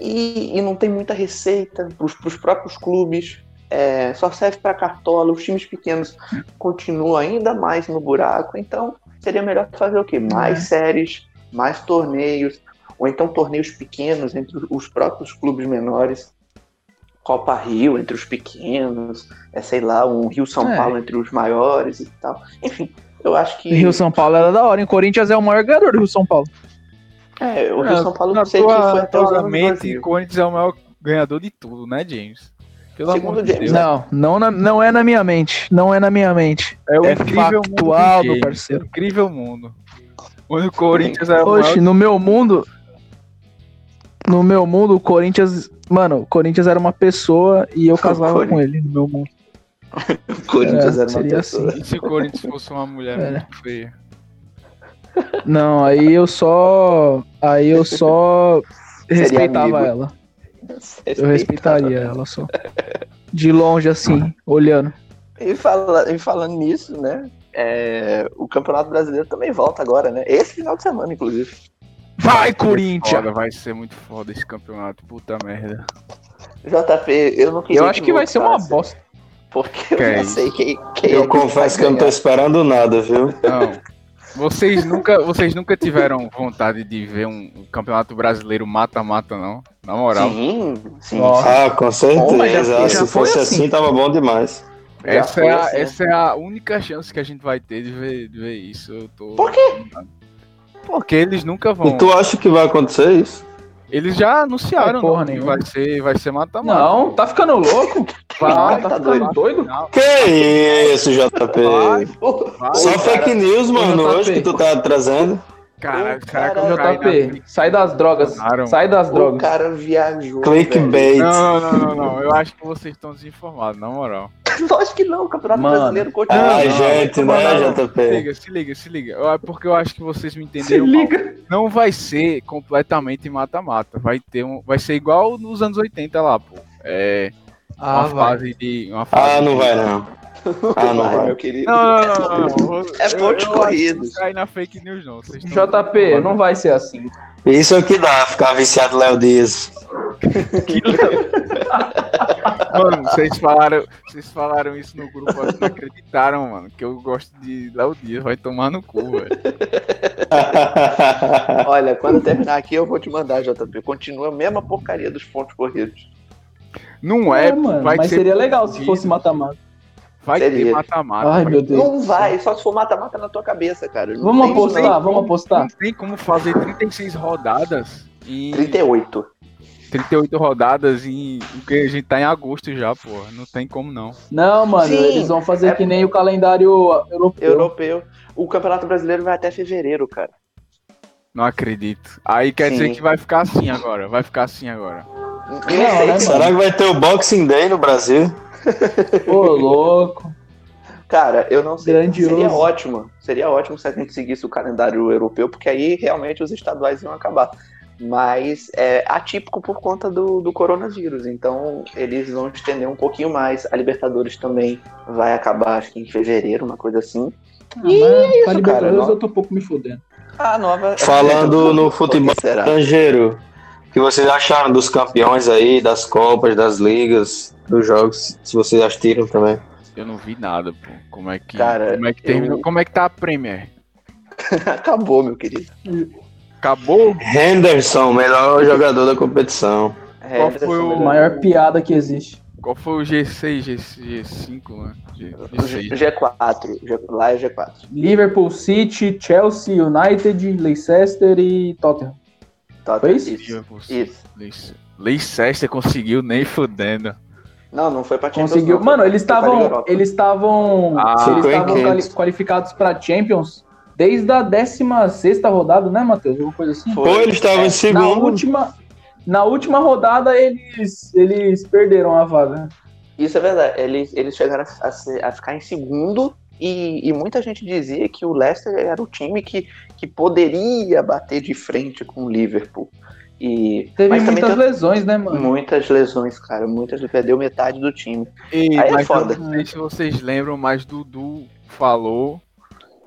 Speaker 1: e, e não tem muita receita pros, pros próprios clubes. é, só serve pra cartola, os times pequenos continuam ainda mais no buraco. Então seria melhor fazer o quê? Mais
Speaker 4: É.
Speaker 1: séries, mais torneios, ou então torneios pequenos entre os próprios clubes menores. Copa Rio entre os pequenos, é, sei lá, um Rio São
Speaker 4: É.
Speaker 1: Paulo entre os maiores e tal. Enfim, eu acho que
Speaker 4: Rio São Paulo era da hora, hein? Corinthians é o maior ganhador do Rio São Paulo.
Speaker 1: é, o Rio
Speaker 3: Na-
Speaker 1: São Paulo
Speaker 3: na
Speaker 1: eu sei que
Speaker 3: tua-
Speaker 1: foi até os anos
Speaker 3: atualmente, o
Speaker 1: 2000.
Speaker 3: Corinthians é o maior ganhador de tudo, né, James? Pelo
Speaker 1: Segundo
Speaker 3: amor de
Speaker 1: James,
Speaker 3: Deus.
Speaker 4: Não, não, na- não é na minha mente. Não é na minha mente.
Speaker 3: É o
Speaker 4: É
Speaker 3: incrível mundo.
Speaker 4: factual, meu
Speaker 3: do James. É
Speaker 4: parceiro.
Speaker 3: o incrível mundo. Onde o Corinthians é o maior
Speaker 4: Oxe, no meu mundo. No meu mundo, o Corinthians. Mano, o Corinthians era uma pessoa e eu casava
Speaker 1: Corinthians.
Speaker 4: com ele no meu mundo.
Speaker 1: O Corinthians
Speaker 4: É,
Speaker 1: era uma
Speaker 4: seria
Speaker 1: pessoa.
Speaker 3: E se o Corinthians fosse uma mulher
Speaker 4: É.
Speaker 3: muito feia?
Speaker 4: assim. Não, aí eu só. Aí eu só
Speaker 1: Seria
Speaker 4: respeitava
Speaker 1: amigo.
Speaker 4: ela. Eu respeitaria ela só. De longe, assim, olhando.
Speaker 1: E, fala- e falando nisso, né? é, o Campeonato Brasileiro também volta agora, né? Esse final de semana, inclusive.
Speaker 4: Vai,
Speaker 3: ser
Speaker 4: Corinthians!
Speaker 3: foda, vai ser muito foda esse campeonato, puta merda.
Speaker 1: JP, eu não queria.
Speaker 4: Eu acho que vai ser uma
Speaker 1: voltasse,
Speaker 4: bosta.
Speaker 1: Porque eu
Speaker 3: Que é
Speaker 1: não
Speaker 3: isso?
Speaker 1: sei quem, quem é
Speaker 2: Eu
Speaker 1: que vai
Speaker 2: confesso que eu não tô
Speaker 1: ganhar.
Speaker 2: esperando nada, viu?
Speaker 3: Não. Vocês nunca, vocês nunca tiveram vontade de ver um campeonato brasileiro mata-mata, não? Na moral.
Speaker 1: Sim, sim.
Speaker 4: Nossa.
Speaker 2: Ah, com
Speaker 4: Bom, mas já
Speaker 2: certeza.
Speaker 4: foi-
Speaker 2: Ah,
Speaker 4: já
Speaker 2: se
Speaker 4: foi
Speaker 2: fosse
Speaker 4: assim.
Speaker 2: assim, tava bom demais.
Speaker 1: já
Speaker 3: Essa
Speaker 1: foi
Speaker 3: é, a,
Speaker 1: assim, né?
Speaker 3: essa é a única chance que a gente vai ter de ver, de ver isso. Eu tô...
Speaker 1: Por
Speaker 3: quê? Porque eles nunca vão.
Speaker 2: E tu acha que vai acontecer isso?
Speaker 3: Eles já anunciaram
Speaker 4: É, porra
Speaker 3: não, que
Speaker 4: nenhuma.
Speaker 3: vai ser, vai ser mata-mata.
Speaker 4: Não, tá ficando louco?
Speaker 3: Vai,
Speaker 4: tá
Speaker 1: tá
Speaker 4: ficando doido?
Speaker 2: Que isso, JP?
Speaker 3: vai.
Speaker 2: Só
Speaker 1: Ô,
Speaker 2: fake news, mano,
Speaker 4: JP.
Speaker 2: hoje que tu tá trazendo.
Speaker 3: Cara,
Speaker 1: Ô,
Speaker 3: cara,
Speaker 1: cara,
Speaker 3: eu caí na
Speaker 4: JP,
Speaker 3: ficção.
Speaker 4: sai das drogas.
Speaker 3: Claro.
Speaker 4: Sai das
Speaker 1: O
Speaker 4: drogas.
Speaker 1: cara viajou. velho.
Speaker 2: Clickbait.
Speaker 3: Não, não, não, não, não. Eu acho que vocês estão desinformados, na moral.
Speaker 1: Lógico que não, o Campeonato
Speaker 4: Mano.
Speaker 1: Brasileiro continua.
Speaker 2: Ah,
Speaker 3: Não,
Speaker 2: gente,
Speaker 3: não,
Speaker 2: né,
Speaker 3: não. Se
Speaker 2: JP?
Speaker 3: liga, se liga, se liga. Eu- é Porque eu acho que vocês me
Speaker 4: É. Se
Speaker 3: entenderam mal.
Speaker 4: liga.
Speaker 3: Não vai ser completamente mata-mata. Vai ter um, vai ser igual nos anos 80 lá, pô. É
Speaker 4: Ah,
Speaker 3: uma fase de uma fase
Speaker 2: Ah, não
Speaker 3: de-
Speaker 2: vai não. Ah, não
Speaker 1: vai,
Speaker 2: vai.
Speaker 1: meu querido.
Speaker 3: Não, não, não, não, não.
Speaker 1: É pontos
Speaker 3: Eu- eu acho que
Speaker 1: corridos.
Speaker 3: não Cai na fake news não. Vocês estão-
Speaker 4: JP, não vai ser assim.
Speaker 2: Isso é o que dá, ficar viciado em Léo Dias.
Speaker 3: Mano, vocês falaram, vocês falaram isso no grupo, vocês não acreditaram, mano, que eu gosto de Léo Dias, vai tomar no cu, velho.
Speaker 1: Olha, quando eu terminar aqui, eu vou te mandar, JP. Continua a mesma porcaria dos pontos corridos.
Speaker 3: Não é, pô,
Speaker 4: mano,
Speaker 3: vai
Speaker 4: mas
Speaker 3: ser
Speaker 4: seria legal se
Speaker 3: corrido,
Speaker 4: fosse mata-mata.
Speaker 3: Vai ter
Speaker 1: Seria.
Speaker 3: mata-mata.
Speaker 4: Ai,
Speaker 3: vai
Speaker 4: meu Deus.
Speaker 1: Não vai, só se for mata-mata na tua cabeça, cara. Não
Speaker 4: Vamos
Speaker 1: tem isso, não.
Speaker 4: apostar, vamos
Speaker 1: Tá.
Speaker 4: apostar.
Speaker 3: Não tem como fazer 36 rodadas em
Speaker 1: 38.
Speaker 3: 38 rodadas em porque a gente tá em agosto já, pô. Não tem como não.
Speaker 4: Não, mano,
Speaker 1: Sim,
Speaker 4: eles vão fazer
Speaker 1: é-
Speaker 4: que nem o calendário europeu.
Speaker 1: Europeu. O Campeonato Brasileiro vai até fevereiro, cara.
Speaker 3: Não acredito. Aí quer dizer
Speaker 1: Sim.
Speaker 3: que vai ficar assim agora, vai ficar assim agora.
Speaker 1: Não,
Speaker 4: né,
Speaker 1: sei,
Speaker 2: Será que vai ter o Boxing Day no Brasil?
Speaker 4: Ô, louco.
Speaker 1: Cara, eu não sei.
Speaker 4: Grandioso.
Speaker 1: Seria ótimo. Seria ótimo se a gente seguisse o calendário europeu, porque aí realmente os estaduais iam acabar. Mas é atípico por conta do, do coronavírus. Então eles vão estender um pouquinho mais. A Libertadores também vai acabar, acho que em fevereiro, uma coisa assim. Ih,
Speaker 4: é
Speaker 1: cara, não.
Speaker 4: eu tô um pouco me fudendo.
Speaker 1: A nova.
Speaker 2: Falando no futebol
Speaker 1: Quem então, será?
Speaker 2: estrangeiro, o que vocês acharam dos campeões aí, das Copas, das Ligas, dos jogos, se vocês assistiram também?
Speaker 3: Eu não vi nada, pô. Como é que
Speaker 1: Cara,
Speaker 3: como é que terminou?
Speaker 1: eu-
Speaker 3: Como é que tá a Premier?
Speaker 1: Acabou, meu querido.
Speaker 3: Acabou?
Speaker 2: Henderson, melhor jogador da competição.
Speaker 1: É,
Speaker 3: Qual foi o-
Speaker 4: A maior piada que existe.
Speaker 3: Qual foi o G6, G, G5, né? G,
Speaker 1: G-
Speaker 3: G6.
Speaker 1: G4. G- Lá é G4.
Speaker 4: Liverpool, City, Chelsea, United, Leicester e Tottenham.
Speaker 1: Tá,
Speaker 4: Foi isso?
Speaker 1: Isso.
Speaker 3: Leic- Leicester conseguiu nem fudendo.
Speaker 1: Não, não foi pra Champions,
Speaker 4: Conseguiu.
Speaker 1: não.
Speaker 4: Mano, eles
Speaker 1: né? Foi pra Liga
Speaker 4: estavam.
Speaker 1: Europa.
Speaker 4: Eles estavam.
Speaker 3: Ah,
Speaker 4: eles
Speaker 2: ficou em
Speaker 4: estavam
Speaker 2: quinto.
Speaker 4: quali- qualificados pra Champions desde a 16 rodada, né, Matheus? Alguma coisa assim.
Speaker 2: Pô, ele estava em
Speaker 4: Na
Speaker 2: segundo.
Speaker 4: última. Na última rodada, eles, eles perderam a vaga.
Speaker 1: Isso é verdade. Eles, eles chegaram a, ser- a ficar em segundo e, e muita gente dizia que o Leicester era o time que, que poderia bater de frente com o Liverpool. E,
Speaker 4: Teve
Speaker 1: mas também
Speaker 4: muitas
Speaker 1: teve
Speaker 4: lesões, né, mano?
Speaker 1: muitas lesões, cara. Muitas perdeu metade do time.
Speaker 3: E,
Speaker 1: Aí é
Speaker 3: mas
Speaker 1: foda.
Speaker 3: eu não sei se vocês lembram, mas Dudu falou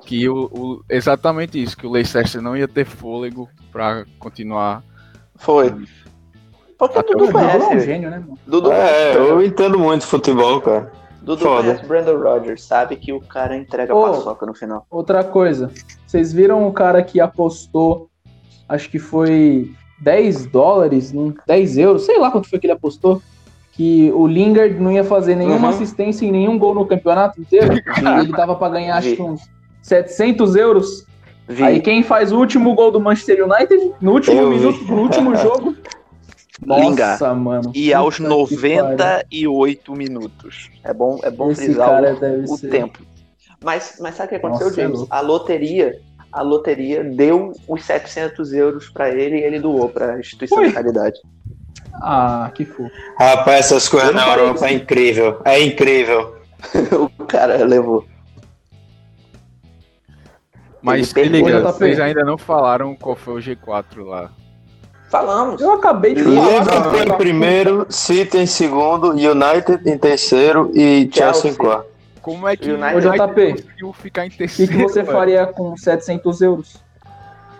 Speaker 3: que o, o- exatamente isso, que o Leicester não ia ter fôlego pra continuar.
Speaker 1: Foi. Porque
Speaker 3: Até
Speaker 1: Dudu
Speaker 4: O Ronaldo é um
Speaker 1: conhece.
Speaker 4: gênio, né, mano?
Speaker 1: Dudu,
Speaker 2: É, eu entendo muito futebol, cara.
Speaker 1: Dudu
Speaker 2: foda.
Speaker 1: conhece Brandon Rodgers, sabe que o cara entrega
Speaker 4: Ô.
Speaker 1: paçoca no final.
Speaker 4: Outra coisa, vocês viram o cara que apostou, acho que foi 10 dólares, não, 10 euros, sei lá quanto foi que ele apostou, que o Lingard não ia fazer nenhuma
Speaker 1: Uhum.
Speaker 4: assistência e nenhum gol no campeonato inteiro, e ele tava pra ganhar acho que uns 700 euros.
Speaker 1: Vi.
Speaker 4: Aí quem faz o último gol do Manchester United, no último
Speaker 2: Eu vi.
Speaker 4: minuto, no último jogo.
Speaker 1: Lingard.
Speaker 4: Nossa, mano.
Speaker 1: e aos
Speaker 4: Puta que pariu.
Speaker 1: 98 minutos. É bom, é bom
Speaker 4: Esse
Speaker 1: frisar o
Speaker 4: cara deve
Speaker 1: o
Speaker 4: ser...
Speaker 1: tempo. Mas, mas sabe o que aconteceu,
Speaker 4: Nossa, é
Speaker 1: James?
Speaker 4: louco.
Speaker 1: a loteria, a loteria deu os 700 euros pra ele e ele doou pra instituição
Speaker 4: Ui.
Speaker 1: de caridade.
Speaker 4: Ah, que fofo.
Speaker 2: Rapaz, essas coisas
Speaker 1: Eu não
Speaker 2: na
Speaker 1: falei
Speaker 2: Europa é incrível. É incrível.
Speaker 1: o cara levou.
Speaker 3: Mas se
Speaker 1: Ele pegou,
Speaker 3: liga,
Speaker 4: JP.
Speaker 3: vocês ainda não falaram qual foi o G4 lá.
Speaker 1: Falamos.
Speaker 4: Eu acabei de falar. cara.
Speaker 2: Liverpool em primeiro, City em segundo, United em terceiro e Chelsea
Speaker 1: Chelsea.
Speaker 2: em quarto.
Speaker 3: Como é que
Speaker 1: United-
Speaker 4: Ô, JP,
Speaker 3: conseguiu ficar em
Speaker 4: O que,
Speaker 3: terceiro?
Speaker 4: que você
Speaker 3: velho?
Speaker 4: faria com 700 euros?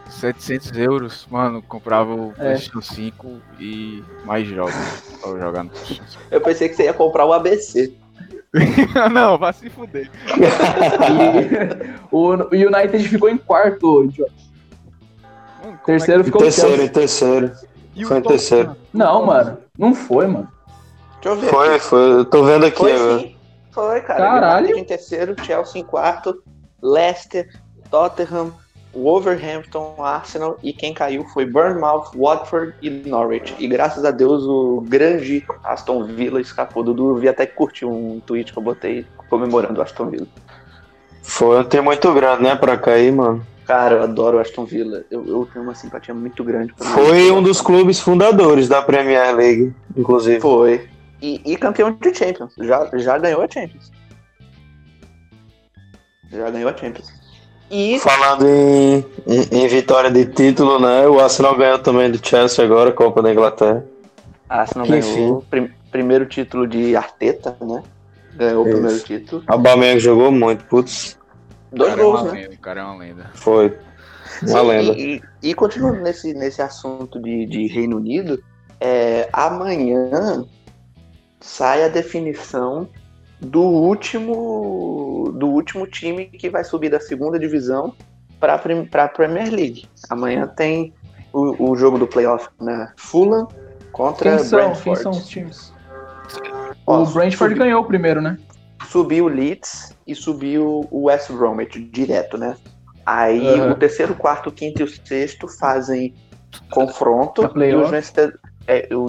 Speaker 3: 700 euros, mano, comprava o
Speaker 4: É.
Speaker 3: PlayStation 5 e mais jogos pra eu jogar no PlayStation 5.
Speaker 1: Eu pensei que você ia comprar o ABC.
Speaker 3: não, vai se fuder.
Speaker 4: E o United ficou em quarto, ô, idiota.
Speaker 3: Mano,
Speaker 1: é
Speaker 3: como
Speaker 4: terceiro
Speaker 2: Em
Speaker 4: ficou o
Speaker 2: terceiro, em
Speaker 4: Chelsea.
Speaker 2: terceiro.
Speaker 3: é que- e o
Speaker 2: Foi em
Speaker 3: Tottenham?
Speaker 2: terceiro.
Speaker 1: então?
Speaker 4: Não, mano. Não foi, mano.
Speaker 1: Deixa eu ver.
Speaker 2: Foi, foi. Eu tô vendo aqui
Speaker 1: Foi assim?
Speaker 2: agora.
Speaker 1: sim. Foi, cara.
Speaker 4: Caralho.
Speaker 1: United Em terceiro, Chelsea em quarto, Leicester, Tottenham, Wolverhampton, Arsenal e quem caiu foi Bournemouth, Watford e Norwich. E graças a Deus o grande Aston Villa escapou. Dudu, eu vi até que curtiu um tweet que eu botei comemorando o Aston Villa.
Speaker 2: Foi um time muito grande, né, pra cair, mano.
Speaker 1: Cara, eu adoro o Aston Villa. Eu, eu tenho uma simpatia muito grande. por ele.
Speaker 2: Foi um dos clubes fundadores da Premier League, inclusive.
Speaker 1: Foi. E, e campeão de Champions. Já, já ganhou a Champions. Já ganhou a Champions. E
Speaker 2: Falando em, em- em vitória de título, né? O Arsenal ganhou também do Chelsea agora, Copa da Inglaterra.
Speaker 1: Ah, se não
Speaker 2: Que
Speaker 1: ganhou. Prim- primeiro título de Arteta, né? Ganhou o
Speaker 2: Isso.
Speaker 1: primeiro título.
Speaker 2: A Bameng jogou muito, putz,
Speaker 3: O
Speaker 1: Dois
Speaker 3: cara é
Speaker 1: gols,
Speaker 3: uma
Speaker 1: né?
Speaker 3: lenda, o cara é uma lenda.
Speaker 2: foi uma
Speaker 1: Sim,
Speaker 2: lenda.
Speaker 1: E, e- e continuando nesse, nesse assunto de, de Reino Unido, é, amanhã sai a definição do último do último time que vai subir da segunda divisão para a Premier League. Amanhã tem o, o jogo do playoff na Fulham contra
Speaker 4: Quem são? Quem
Speaker 1: Brentford.
Speaker 4: são os times?
Speaker 1: Ó,
Speaker 4: o Brentford ganhou o primeiro, né?
Speaker 1: subiu o Leeds e subiu o West Bromwich direto, né? Aí
Speaker 4: Aham.
Speaker 1: o terceiro, quarto, quinto e o sexto fazem confronto
Speaker 4: Pra
Speaker 1: e
Speaker 4: playoff.
Speaker 1: os, vencedores,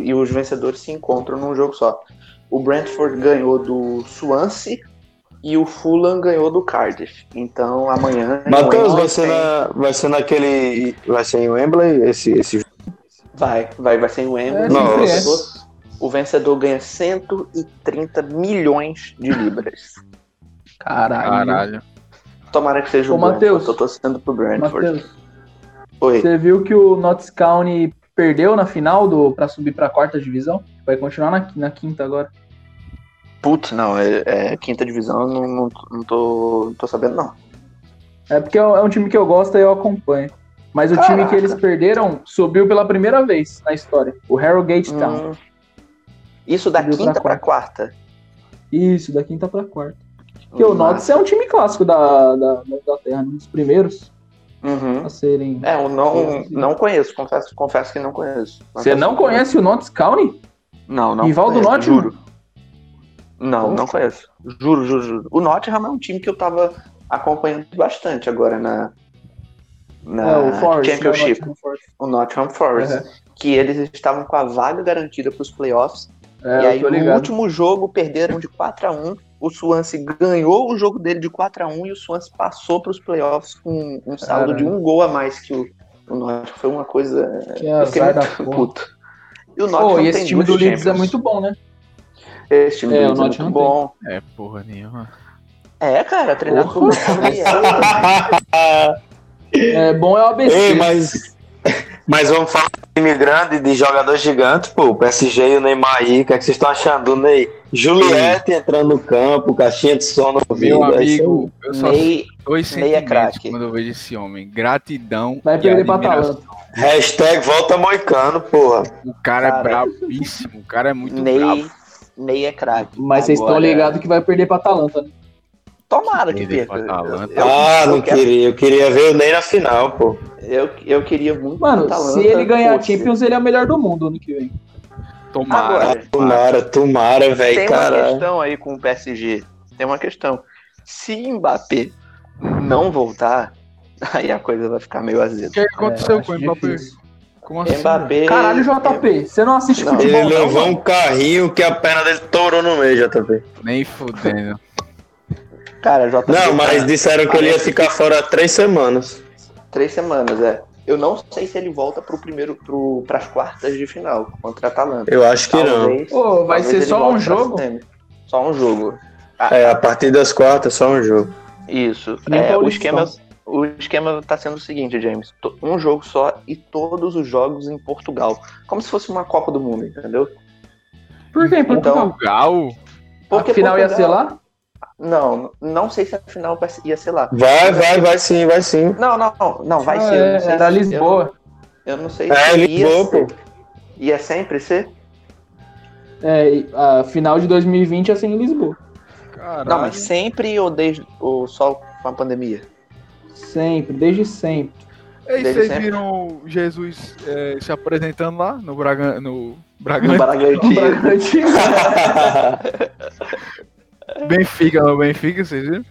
Speaker 1: e os vencedores se encontram num jogo só. O Brentford ganhou do Swansea e o Fulham ganhou do Cardiff. Então amanhã.
Speaker 2: Matheus,
Speaker 1: amanhã
Speaker 2: vai ser,
Speaker 1: tem-
Speaker 2: na, vai ser naquele. Vai ser em Wembley esse, esse jogo?
Speaker 1: Vai, vai, vai ser em Wembley.
Speaker 4: É,
Speaker 1: o,
Speaker 4: sempre
Speaker 1: vencedor,
Speaker 2: Nossa.
Speaker 1: o vencedor ganha 130 milhões de libras.
Speaker 4: Caralho.
Speaker 3: Caralho.
Speaker 1: Tomara que seja
Speaker 4: Ô,
Speaker 1: o Brentford.
Speaker 4: Matheus.
Speaker 1: Eu tô torcendo pro Brentford.
Speaker 4: Matheus,
Speaker 1: Oi.
Speaker 4: você viu que o Notts County perdeu na final do para subir pra quarta divisão? Vai continuar na, na quinta agora.
Speaker 1: Putz, não, é, é quinta divisão, eu não, não, não tô, não tô sabendo, não.
Speaker 4: É porque é um é um time que eu gosto e eu acompanho. Mas o time
Speaker 1: Caraca.
Speaker 4: que eles perderam subiu pela primeira vez na história. O Harrogate Town.
Speaker 1: Hum. Isso da
Speaker 4: Subiu pra
Speaker 1: quinta pra quarta.
Speaker 4: Isso, da quinta pra quarta. Porque o Notts é um time clássico da, da, da Inglaterra, um dos primeiros
Speaker 1: Uhum.
Speaker 4: a serem.
Speaker 1: É, eu não, não conheço, confesso, confesso que não conheço.
Speaker 4: Você não conhece o Notts County?
Speaker 1: Não, não.
Speaker 4: Rival do
Speaker 1: conheço,
Speaker 4: Nottingham?
Speaker 1: Juro. Não,
Speaker 4: assim?
Speaker 1: não conheço. Juro, juro, juro. O Nottingham é um time que eu tava acompanhando bastante agora na, na
Speaker 4: é, o Forest.
Speaker 1: Championship.
Speaker 4: É o Nottingham Forest.
Speaker 1: O Nottingham Forest.
Speaker 4: Uhum.
Speaker 1: Que eles estavam com a vaga garantida pros playoffs.
Speaker 4: É,
Speaker 1: e aí,
Speaker 4: eu tô
Speaker 1: no
Speaker 4: ligado.
Speaker 1: último jogo, perderam de 4 a 1 O Swansea ganhou o jogo dele de 4 a 1 e o Swansea passou para os playoffs com um saldo
Speaker 4: Caralho.
Speaker 1: de um gol a mais que o, o Norte. Foi uma coisa.
Speaker 4: Que
Speaker 1: eu fiquei
Speaker 4: azar da
Speaker 1: é muito
Speaker 4: porra.
Speaker 1: puto. E o Norte
Speaker 4: Pô,
Speaker 1: não
Speaker 4: e
Speaker 1: tem
Speaker 4: esse time do
Speaker 1: duas
Speaker 4: Leeds é
Speaker 1: Champions.
Speaker 4: muito bom, né?
Speaker 1: Esse time
Speaker 4: É,
Speaker 1: do
Speaker 4: o
Speaker 1: Leeds é muito
Speaker 4: Norte não tem.
Speaker 1: bom.
Speaker 3: É, porra nenhuma.
Speaker 1: É, cara, treinado por Gabriel.
Speaker 4: É bom é o ABC.
Speaker 2: Ei, mas. Mas vamos falar de time grande, de jogador gigante, pô. O PSG e o Neymar aí. O que, é que vocês estão achando do Ney? Juliette entrando no campo, caixinha de som no ouvido.
Speaker 3: Meu
Speaker 2: é isso aí.
Speaker 3: amigo, eu só sinto
Speaker 1: Ney,
Speaker 3: dois
Speaker 1: Ney é
Speaker 3: sentimentos
Speaker 1: craque.
Speaker 3: quando eu vejo esse homem. Gratidão
Speaker 4: Vai
Speaker 3: e
Speaker 4: perder pra
Speaker 3: admiração.
Speaker 4: Atalanta.
Speaker 2: Hashtag volta moicano, porra.
Speaker 3: O cara é
Speaker 1: Cara.
Speaker 3: brabíssimo, o cara é muito
Speaker 1: Ney,
Speaker 3: brabo.
Speaker 1: Ney é craque.
Speaker 4: Mas vocês estão
Speaker 1: Agora,
Speaker 4: ligados que vai perder pra Atalanta, né?
Speaker 1: Tomara que
Speaker 3: Perder
Speaker 1: perca.
Speaker 3: pra Atalanta.
Speaker 1: Eu-
Speaker 2: ah,
Speaker 1: eu
Speaker 2: não
Speaker 1: quero-
Speaker 2: queria. Eu queria ver o Ney na final, pô.
Speaker 1: Eu, eu queria muito.
Speaker 4: Mano,
Speaker 1: que o
Speaker 4: se
Speaker 1: Atalanta
Speaker 4: ele ganhar a
Speaker 1: fosse.
Speaker 4: Champions, ele é o melhor do mundo ano que vem.
Speaker 3: Tomara.
Speaker 1: Agora.
Speaker 3: tomara.
Speaker 2: Tomara, tomara,
Speaker 1: tem
Speaker 2: velho,
Speaker 1: uma
Speaker 2: cara.
Speaker 1: questão aí com o PSG. Tem uma questão. Se Mbappé não voltar, aí a coisa vai ficar meio
Speaker 3: O
Speaker 1: azeda.
Speaker 3: que aconteceu
Speaker 4: É,
Speaker 3: com o
Speaker 4: acho
Speaker 3: Mbappé?
Speaker 4: difícil.
Speaker 3: Como assim?
Speaker 1: Mbappé. é
Speaker 4: Caralho, JP, você não assiste
Speaker 1: Não. é
Speaker 4: futebol,
Speaker 2: Ele
Speaker 4: não,
Speaker 2: levou
Speaker 4: mano?
Speaker 2: um carrinho que a perna dele torou no meio, JP.
Speaker 3: Nem fudendo.
Speaker 1: Cara, JP.
Speaker 2: Não, mas
Speaker 1: tá-
Speaker 2: disseram que ele ia ficar fora três semanas.
Speaker 1: Três semanas, é. Eu não sei se ele volta pro primeiro, pro, pras quartas de final contra a Atalanta.
Speaker 2: Eu acho que não.
Speaker 4: Pô, vai
Speaker 1: talvez
Speaker 4: ser
Speaker 1: ele
Speaker 4: só
Speaker 1: volte
Speaker 4: um
Speaker 1: pra
Speaker 4: jogo?
Speaker 1: semi. Só um jogo.
Speaker 2: É, a partir das quartas, só um jogo.
Speaker 1: Isso.
Speaker 4: Nem então.
Speaker 1: É, o,
Speaker 4: Paulistão.
Speaker 1: esquema, o esquema tá sendo o seguinte, James. To- Um jogo só e todos os jogos em Portugal. Como se fosse uma Copa do Mundo, entendeu?
Speaker 4: Por quê? Por
Speaker 1: Então,
Speaker 4: então,
Speaker 3: Portugal?
Speaker 4: a final ia
Speaker 1: Portugal-
Speaker 4: ser lá?
Speaker 1: Não, não sei se a final vai- ia ser lá.
Speaker 2: Vai, vai, vai sim, vai sim.
Speaker 1: Não, não, não, não vai
Speaker 4: Ah,
Speaker 1: ser. eu não
Speaker 4: É,
Speaker 1: sei
Speaker 4: era
Speaker 1: se-
Speaker 4: Lisboa.
Speaker 1: Eu, eu não sei
Speaker 2: É,
Speaker 1: se
Speaker 2: Lisboa,
Speaker 1: ia,
Speaker 2: pô.
Speaker 1: ser- ia sempre ser.
Speaker 4: É, e a final de 2020 ia ser é assim em Lisboa.
Speaker 3: Caralho.
Speaker 1: Não, mas sempre ou desde ou só com a pandemia?
Speaker 4: Sempre, desde sempre.
Speaker 3: Ei,
Speaker 1: desde
Speaker 3: vocês
Speaker 1: sempre.
Speaker 3: viram Jesus é, se apresentando lá no Bragan... No
Speaker 1: No
Speaker 3: Bragan...
Speaker 1: Bragantino.
Speaker 3: Benfica, no Benfica, vocês viram?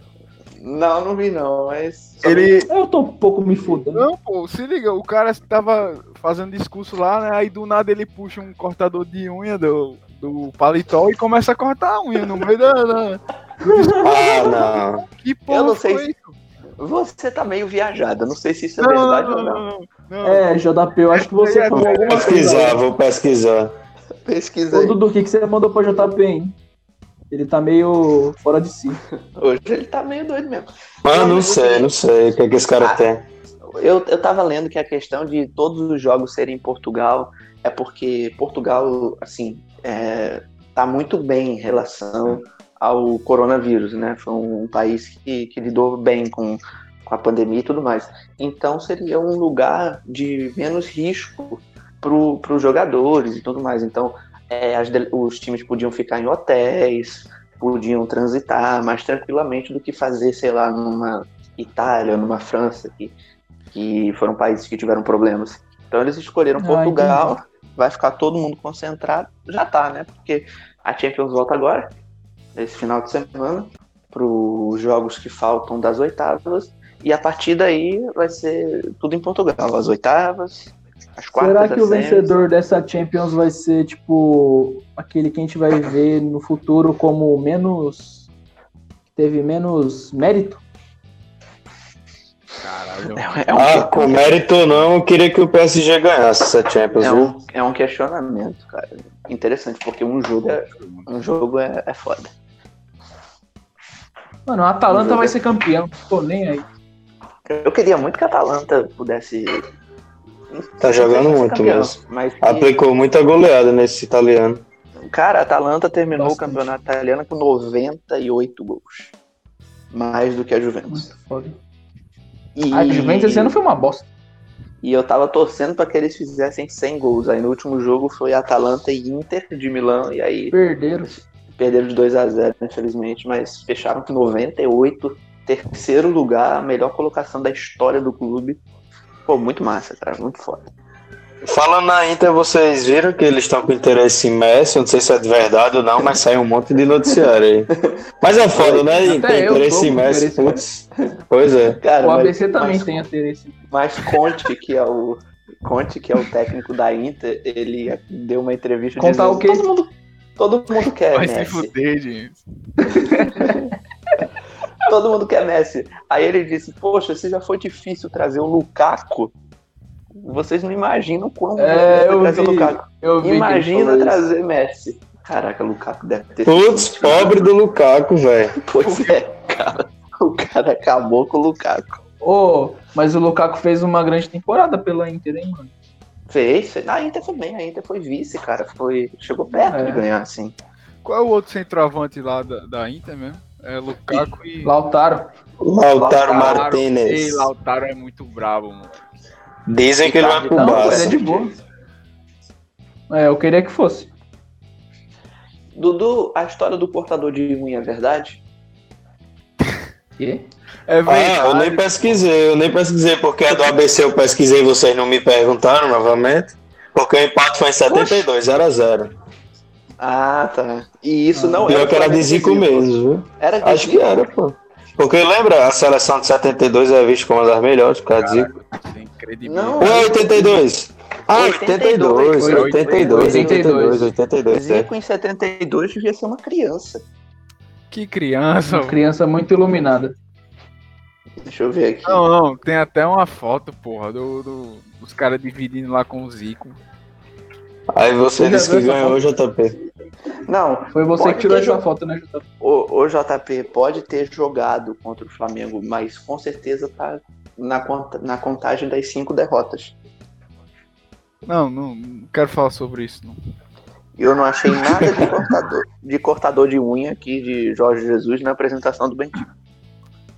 Speaker 1: Não, não vi não, mas.
Speaker 3: Ele,
Speaker 4: Eu tô um pouco me fudendo.
Speaker 3: Não, pô, se liga, o cara tava fazendo discurso lá, né? Aí do nada ele puxa um cortador de unha do, do paletó e começa a cortar a unha no meio da. da- do discurso.
Speaker 2: Ah, não.
Speaker 3: Que porra
Speaker 1: não sei
Speaker 3: foi
Speaker 1: se-
Speaker 3: isso?
Speaker 1: Você tá meio viajado, não sei se isso é
Speaker 3: Não,
Speaker 1: verdade
Speaker 3: não,
Speaker 1: ou não.
Speaker 3: não, não.
Speaker 4: É, JP, eu acho que você
Speaker 3: É,
Speaker 4: falou
Speaker 3: é,
Speaker 4: alguma
Speaker 2: Pesquisar,
Speaker 4: coisa.
Speaker 2: vou pesquisar.
Speaker 1: Pesquisa
Speaker 4: Ô,
Speaker 1: aí.
Speaker 4: Dudu, o que, que você mandou pra JP, hein? Ele tá meio fora de si.
Speaker 1: Hoje ele tá meio doido mesmo.
Speaker 2: Mas Ah, não sei, não sei o que, é que esse
Speaker 1: Ah,
Speaker 2: cara tem.
Speaker 1: Eu, eu tava lendo que a questão de todos os jogos serem em Portugal é porque Portugal, assim, é, tá muito bem em relação ao coronavírus, né? Foi um país que, que lidou bem com, com a pandemia e tudo mais. Então seria um lugar de menos risco para os jogadores e tudo mais. Então é, as dele- os times podiam ficar em hotéis, podiam transitar mais tranquilamente do que fazer, sei lá, numa Itália, numa França, que, que foram países que tiveram problemas. Então eles escolheram
Speaker 4: Ah,
Speaker 1: Portugal, vai ficar todo mundo concentrado, já tá, né? Porque a Champions volta agora, esse final de semana, para os jogos que faltam das oitavas, e a partir daí vai ser tudo em Portugal, as oitavas, as quartas,
Speaker 4: Será
Speaker 1: as
Speaker 4: que o
Speaker 1: semis.
Speaker 4: vencedor dessa Champions vai ser, tipo, aquele que a gente vai ver no futuro como menos. que teve menos mérito?
Speaker 3: Caralho.
Speaker 1: É, é um
Speaker 2: Ah, com mérito não, eu queria que o PSG ganhasse essa Champions,
Speaker 1: É
Speaker 2: viu?
Speaker 1: um, é um questionamento, cara. Interessante, porque um jogo é, um jogo é, é foda.
Speaker 4: Mano, a Atalanta
Speaker 1: Vamos
Speaker 4: vai
Speaker 1: ver.
Speaker 4: ser campeão. Tô nem aí.
Speaker 1: Eu queria muito que a Atalanta pudesse.
Speaker 2: Tá jogando muito mesmo.
Speaker 1: Mas, que-
Speaker 2: Aplicou muita goleada nesse italiano.
Speaker 1: cara, a Atalanta terminou o
Speaker 4: Bastante.
Speaker 1: campeonato italiano com 98 gols. Mais do que a Juventus.
Speaker 4: Muito foda.
Speaker 1: E,
Speaker 4: A Juventus esse ano foi uma bosta.
Speaker 1: e eu tava torcendo pra que eles fizessem 100 gols. Aí no último jogo foi Atalanta e Inter de Milão. E aí
Speaker 4: Perderam.
Speaker 1: Perderam de 2 a 0 infelizmente, mas fecharam com 98, terceiro lugar, a melhor colocação da história do clube. Pô, muito massa, cara, muito foda.
Speaker 2: Falando na Inter, vocês viram que eles estão com interesse em Messi, eu não sei se é de verdade ou não, mas saiu um monte de noticiário aí. Mas é foda, né? Inter
Speaker 4: Até eu tô
Speaker 2: interesse em
Speaker 4: com
Speaker 2: Messi,
Speaker 4: interesse.
Speaker 2: putz. Pois é.
Speaker 1: Cara,
Speaker 4: o
Speaker 1: mas-
Speaker 4: ABC também
Speaker 1: mas-
Speaker 4: tem interesse.
Speaker 1: Mas Conte, que é o Conte, que é o técnico da Inter, ele deu uma entrevista
Speaker 4: Contar
Speaker 1: dizendo,
Speaker 4: o quê?
Speaker 1: Todo mundo, todo mundo quer
Speaker 3: Vai se
Speaker 1: Messi.
Speaker 3: fuder, gente.
Speaker 1: Todo mundo quer Messi. Aí ele disse: "Poxa, se já foi difícil trazer o Lukaku, vocês não imaginam quão
Speaker 4: É,
Speaker 1: difícil foi
Speaker 4: eu
Speaker 1: trazer o
Speaker 4: vi.
Speaker 1: Lukaku.
Speaker 4: Eu vi que ele
Speaker 1: Imagina
Speaker 4: falou isso.
Speaker 1: trazer Messi. Caraca, Lukaku deve ter.
Speaker 2: Putz, pobre do Lukaku, velho.
Speaker 1: Pois é, cara. O cara acabou com o Lukaku.
Speaker 4: Ô, mas o Lukaku fez uma grande temporada pela Inter, hein, mano?
Speaker 1: Fez, fez. A Inter foi bem, a Inter foi vice, cara. Foi, chegou perto
Speaker 4: É.
Speaker 1: de ganhar, assim.
Speaker 3: Qual é o outro centroavante lá da, da Inter mesmo? É Lukaku e.
Speaker 4: Lautaro.
Speaker 2: Lautaro
Speaker 1: Lautaro,
Speaker 3: Ei,
Speaker 2: Martinez.
Speaker 3: Lautaro é muito bravo, mano.
Speaker 2: Dizem que ele vai pro
Speaker 4: Não, ele é
Speaker 2: Barça.
Speaker 4: de boa. É, eu queria que fosse.
Speaker 1: Dudu, a história do cortador de unha é verdade?
Speaker 4: Quê?
Speaker 3: É
Speaker 2: Ah, eu
Speaker 3: verdade.
Speaker 2: nem pesquisei, eu nem pesquisei, porque a do ABC eu pesquisei e vocês não me perguntaram novamente. Porque o empate foi em 72, 0x0.
Speaker 1: Ah, tá. E isso
Speaker 4: Ah.
Speaker 1: não
Speaker 2: Pior que era de Zico
Speaker 1: decisivo.
Speaker 2: mesmo, viu?
Speaker 1: Era de
Speaker 2: Acho que
Speaker 1: Zico?
Speaker 2: era, pô. Porque lembra, a seleção de 72 é vista como uma das melhores, por causa de Zico.
Speaker 3: Sem credibilidade.
Speaker 1: Não.
Speaker 2: Ou é 82? Ah, 82, 82, 82, 82, é.
Speaker 1: Zico em 72 devia ser uma criança.
Speaker 3: Que criança,
Speaker 4: Uma criança muito iluminada.
Speaker 1: Deixa eu ver aqui.
Speaker 3: Não, não, tem até uma foto, porra, do, do- dos caras dividindo lá com o Zico.
Speaker 2: Aí você
Speaker 4: Ele
Speaker 1: é
Speaker 2: disse que
Speaker 4: abriu essa
Speaker 2: ganhou, JP.
Speaker 1: Não,
Speaker 4: Foi você
Speaker 1: Pode
Speaker 4: que tirou
Speaker 1: ter
Speaker 4: essa
Speaker 1: jogo.
Speaker 4: foto, né, Jota?
Speaker 1: o, o JP pode ter jogado contra o Flamengo, mas com certeza tá na, conta, na contagem das cinco derrotas.
Speaker 3: Não, não, não quero falar sobre isso, não.
Speaker 1: E eu não achei nada de cortador, de cortador de unha aqui de Jorge Jesus na apresentação do Bentinho.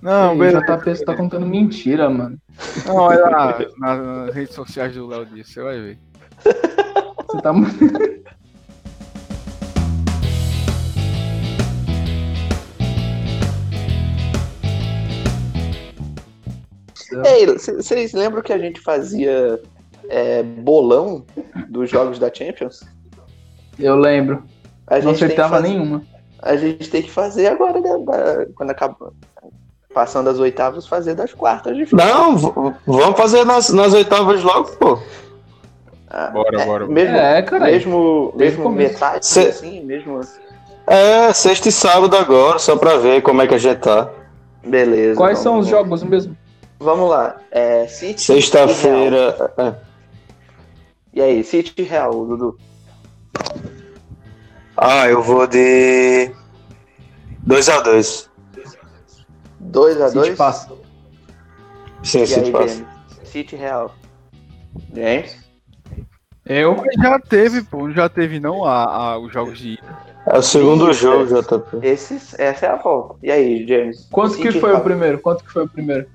Speaker 3: Não,
Speaker 4: Ei,
Speaker 3: beleza.
Speaker 4: JP, você tá contando mentira, mano.
Speaker 3: Não, olha lá na- nas redes sociais do Léo Dias, você vai ver.
Speaker 4: Você tá muito.
Speaker 1: Ei, c- vocês lembram que a gente fazia é, bolão dos jogos da Champions?
Speaker 4: Eu lembro.
Speaker 1: A gente, tem
Speaker 4: Não
Speaker 1: que
Speaker 4: acertava
Speaker 1: fazer,
Speaker 4: nenhuma.
Speaker 1: a gente tem que fazer agora, né, da- quando acaba passando as oitavas, fazer das quartas de final.
Speaker 2: Não, v- vamos fazer nas, nas oitavas logo, pô.
Speaker 1: Ah,
Speaker 3: Bora, bora.
Speaker 1: Mesmo,
Speaker 4: É, cara.
Speaker 1: mesmo,
Speaker 4: Desde o
Speaker 1: mesmo
Speaker 4: começo.
Speaker 1: metade,
Speaker 2: Cê-
Speaker 1: assim, mesmo...
Speaker 2: É, sexta e sábado agora, só pra ver como é que a gente tá.
Speaker 1: Beleza.
Speaker 4: Quais
Speaker 1: então,
Speaker 4: são os
Speaker 1: vamos-
Speaker 4: jogos mesmo?
Speaker 1: Vamos lá. É, City e Real.
Speaker 2: Sexta-feira. é.
Speaker 1: E aí, City e Real, Dudu?
Speaker 2: Ah, eu vou de. 2x2.
Speaker 1: 2x2?
Speaker 4: City passa.
Speaker 2: Sim,
Speaker 1: E aí,
Speaker 2: se passa.
Speaker 1: James? City e Real. James?
Speaker 4: Eu?
Speaker 3: Mas Já teve, pô, não já teve não a, a- os jogos de ida.
Speaker 2: É o segundo
Speaker 1: Isso,
Speaker 2: jogo, JP.
Speaker 1: Esses, essa é a volta. E aí, James?
Speaker 4: Quanto
Speaker 1: City
Speaker 4: que
Speaker 1: e
Speaker 4: foi
Speaker 1: Real.
Speaker 4: o primeiro? Quanto que foi o primeiro?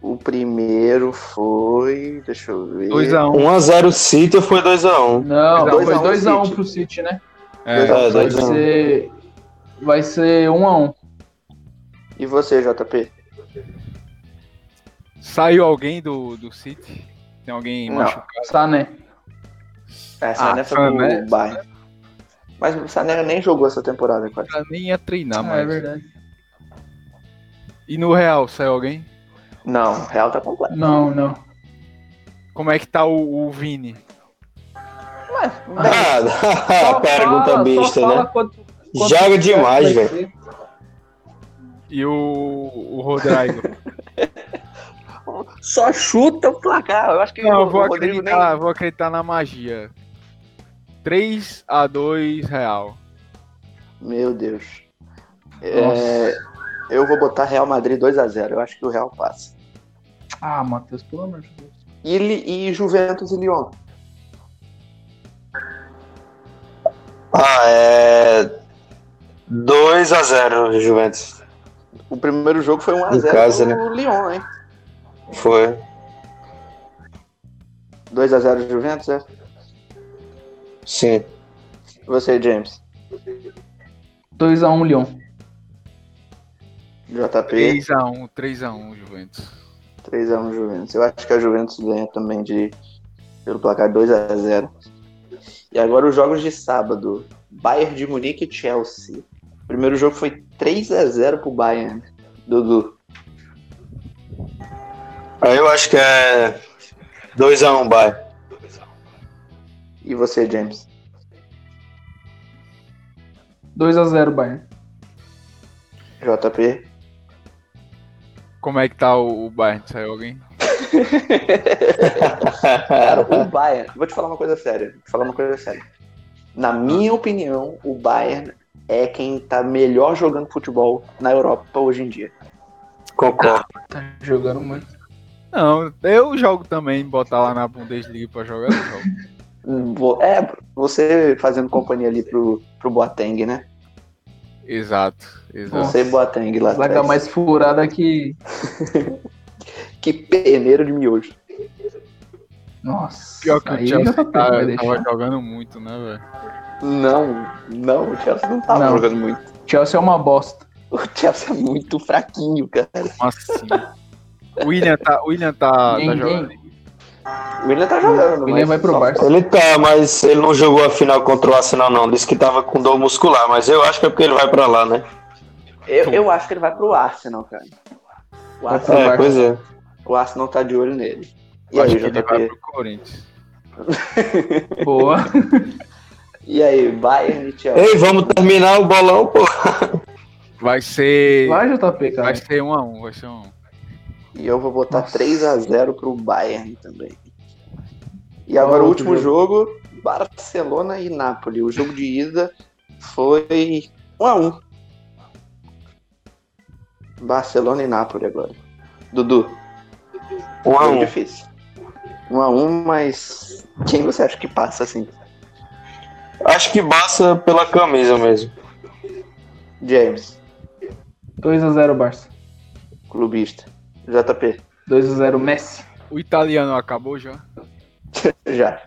Speaker 1: O primeiro foi. Deixa eu ver.
Speaker 3: 2x1.
Speaker 2: 1x0 City ou foi 2x1?
Speaker 4: Não,
Speaker 3: Dois a
Speaker 4: foi
Speaker 1: um
Speaker 4: 2x1
Speaker 1: City.
Speaker 4: pro City, né?
Speaker 3: É,
Speaker 2: É,
Speaker 4: Vai
Speaker 2: 2x1.
Speaker 4: ser. Vai ser 1x1.
Speaker 1: E você, JP?
Speaker 3: saiu alguém do, do City? Tem alguém
Speaker 1: Não.
Speaker 3: machucado?
Speaker 4: Sané.
Speaker 1: É,
Speaker 3: Ah,
Speaker 1: Sané foi
Speaker 3: Sané.
Speaker 1: pro Bayern. Mas o Sané nem jogou essa temporada, quase.
Speaker 3: Ela Nem ia treinar,
Speaker 4: Ah, é
Speaker 3: mais.
Speaker 4: verdade.
Speaker 3: e no Real, saiu alguém?
Speaker 1: Não, o Real tá completo.
Speaker 4: Não, não.
Speaker 3: Como é que tá o, o Vini?
Speaker 1: Mas,
Speaker 2: Ah,
Speaker 4: Só
Speaker 2: pergunta
Speaker 4: fala- só
Speaker 2: besta,
Speaker 4: fala
Speaker 2: né?
Speaker 4: quanto- quanto é.
Speaker 2: Joga
Speaker 4: vai
Speaker 2: demais,
Speaker 4: ser.
Speaker 2: velho.
Speaker 3: E o, o Rodrigo?
Speaker 1: só chuta o placar. Eu acho que
Speaker 3: Não,
Speaker 1: o
Speaker 3: eu vou
Speaker 1: Rodrigo nem-
Speaker 3: acreditar, vou acreditar na magia. 3x2 Real.
Speaker 1: Meu Deus. É, eu vou botar Real Madrid 2x0. Eu acho que o Real passa.
Speaker 4: Ah, Matheus, pelo amor de Deus.
Speaker 1: E, Li- e Juventus e Lyon.
Speaker 2: Ah, é. 2x0, Juventus.
Speaker 1: O primeiro jogo foi 1x0
Speaker 2: Em casa, né?
Speaker 1: pro Lyon, hein?
Speaker 2: Foi.
Speaker 1: 2x0 Juventus, é?
Speaker 2: Sim.
Speaker 1: Você, James.
Speaker 4: 2x1 Lyon.
Speaker 1: JP,
Speaker 3: 3x1, 3x1 Juventus.
Speaker 1: 3x1 Juventus. Eu acho que a Juventus ganha também de, pelo placar 2x0. E agora os jogos de sábado. Bayern de Munique e Chelsea. O primeiro jogo foi 3x0 pro Bayern. Dudu.
Speaker 2: Aí eu acho que é. 2x1, Bayern.
Speaker 1: E você, James?
Speaker 4: 2x0 Bayern.
Speaker 1: JP.
Speaker 3: Como é que tá o, o Bayern? Saiu alguém?
Speaker 1: Cara, o Bayern, vou te falar uma coisa séria. Vou te falar uma coisa séria. Na minha opinião, o Bayern é quem tá melhor jogando futebol na Europa hoje em dia.
Speaker 2: Concordo.
Speaker 4: Tá jogando muito.
Speaker 3: Não, eu jogo também, botar lá na Bundesliga pra jogar. eu jogo.
Speaker 1: Vo- É, você fazendo companhia ali pro, pro Boateng, né?
Speaker 3: exato, exato.
Speaker 1: Você e Boateng lá
Speaker 4: Zaga
Speaker 1: atrás.
Speaker 4: mais furada que.
Speaker 1: Que peneiro de miojo.
Speaker 4: Nossa.
Speaker 3: Pior que
Speaker 4: aí
Speaker 3: o Chelsea
Speaker 4: JP
Speaker 3: tá-
Speaker 4: vai deixar.
Speaker 3: tava jogando muito, né, velho?
Speaker 1: Não, não, o Chelsea não tava
Speaker 2: Tá
Speaker 4: Não.
Speaker 1: jogando muito.
Speaker 4: Chelsea é uma bosta.
Speaker 1: O Chelsea é muito fraquinho, cara.
Speaker 3: Como assim? O William tá, o William tá, tá jogando.
Speaker 4: Ninguém.
Speaker 1: O William tá jogando,
Speaker 4: O William
Speaker 1: mas
Speaker 4: vai pro
Speaker 1: só-
Speaker 4: Barça.
Speaker 2: Ele tá, mas ele não jogou a final contra o Arsenal, não. Disse que tava com dor muscular, mas eu acho que é porque ele vai pra lá, né?
Speaker 1: Eu, eu acho que ele vai pro Arsenal, cara. O
Speaker 4: Vai
Speaker 1: Arsenal,
Speaker 4: pro
Speaker 2: É, pois é.
Speaker 1: o Arsenal tá de olho nele. E
Speaker 3: Eu
Speaker 1: aí,
Speaker 3: acho que ele vai
Speaker 1: JP?
Speaker 3: pro Corinthians.
Speaker 4: Boa.
Speaker 1: E aí, Bayern e Chelsea?
Speaker 2: Ei, vamos terminar o bolão, pô.
Speaker 3: Vai ser.
Speaker 4: Vai, JP, cara.
Speaker 3: Vai ser um a um, vai ser um. a um.
Speaker 1: E eu vou botar 3 a 0 pro Bayern também. E agora o
Speaker 4: outro
Speaker 1: último jogo. Barcelona e Nápoles. O jogo de ida foi 1 a 1. Barcelona e Nápoles agora. Dudu,
Speaker 2: Um a
Speaker 1: jogo
Speaker 2: um.
Speaker 1: difícil. 1 a 1, mas quem você acha que passa assim?
Speaker 2: Acho que basta pela camisa mesmo.
Speaker 1: James,
Speaker 4: 2x0 Barça.
Speaker 1: clubista. JP,
Speaker 4: 2x0 Messi.
Speaker 3: O italiano acabou já.
Speaker 1: já.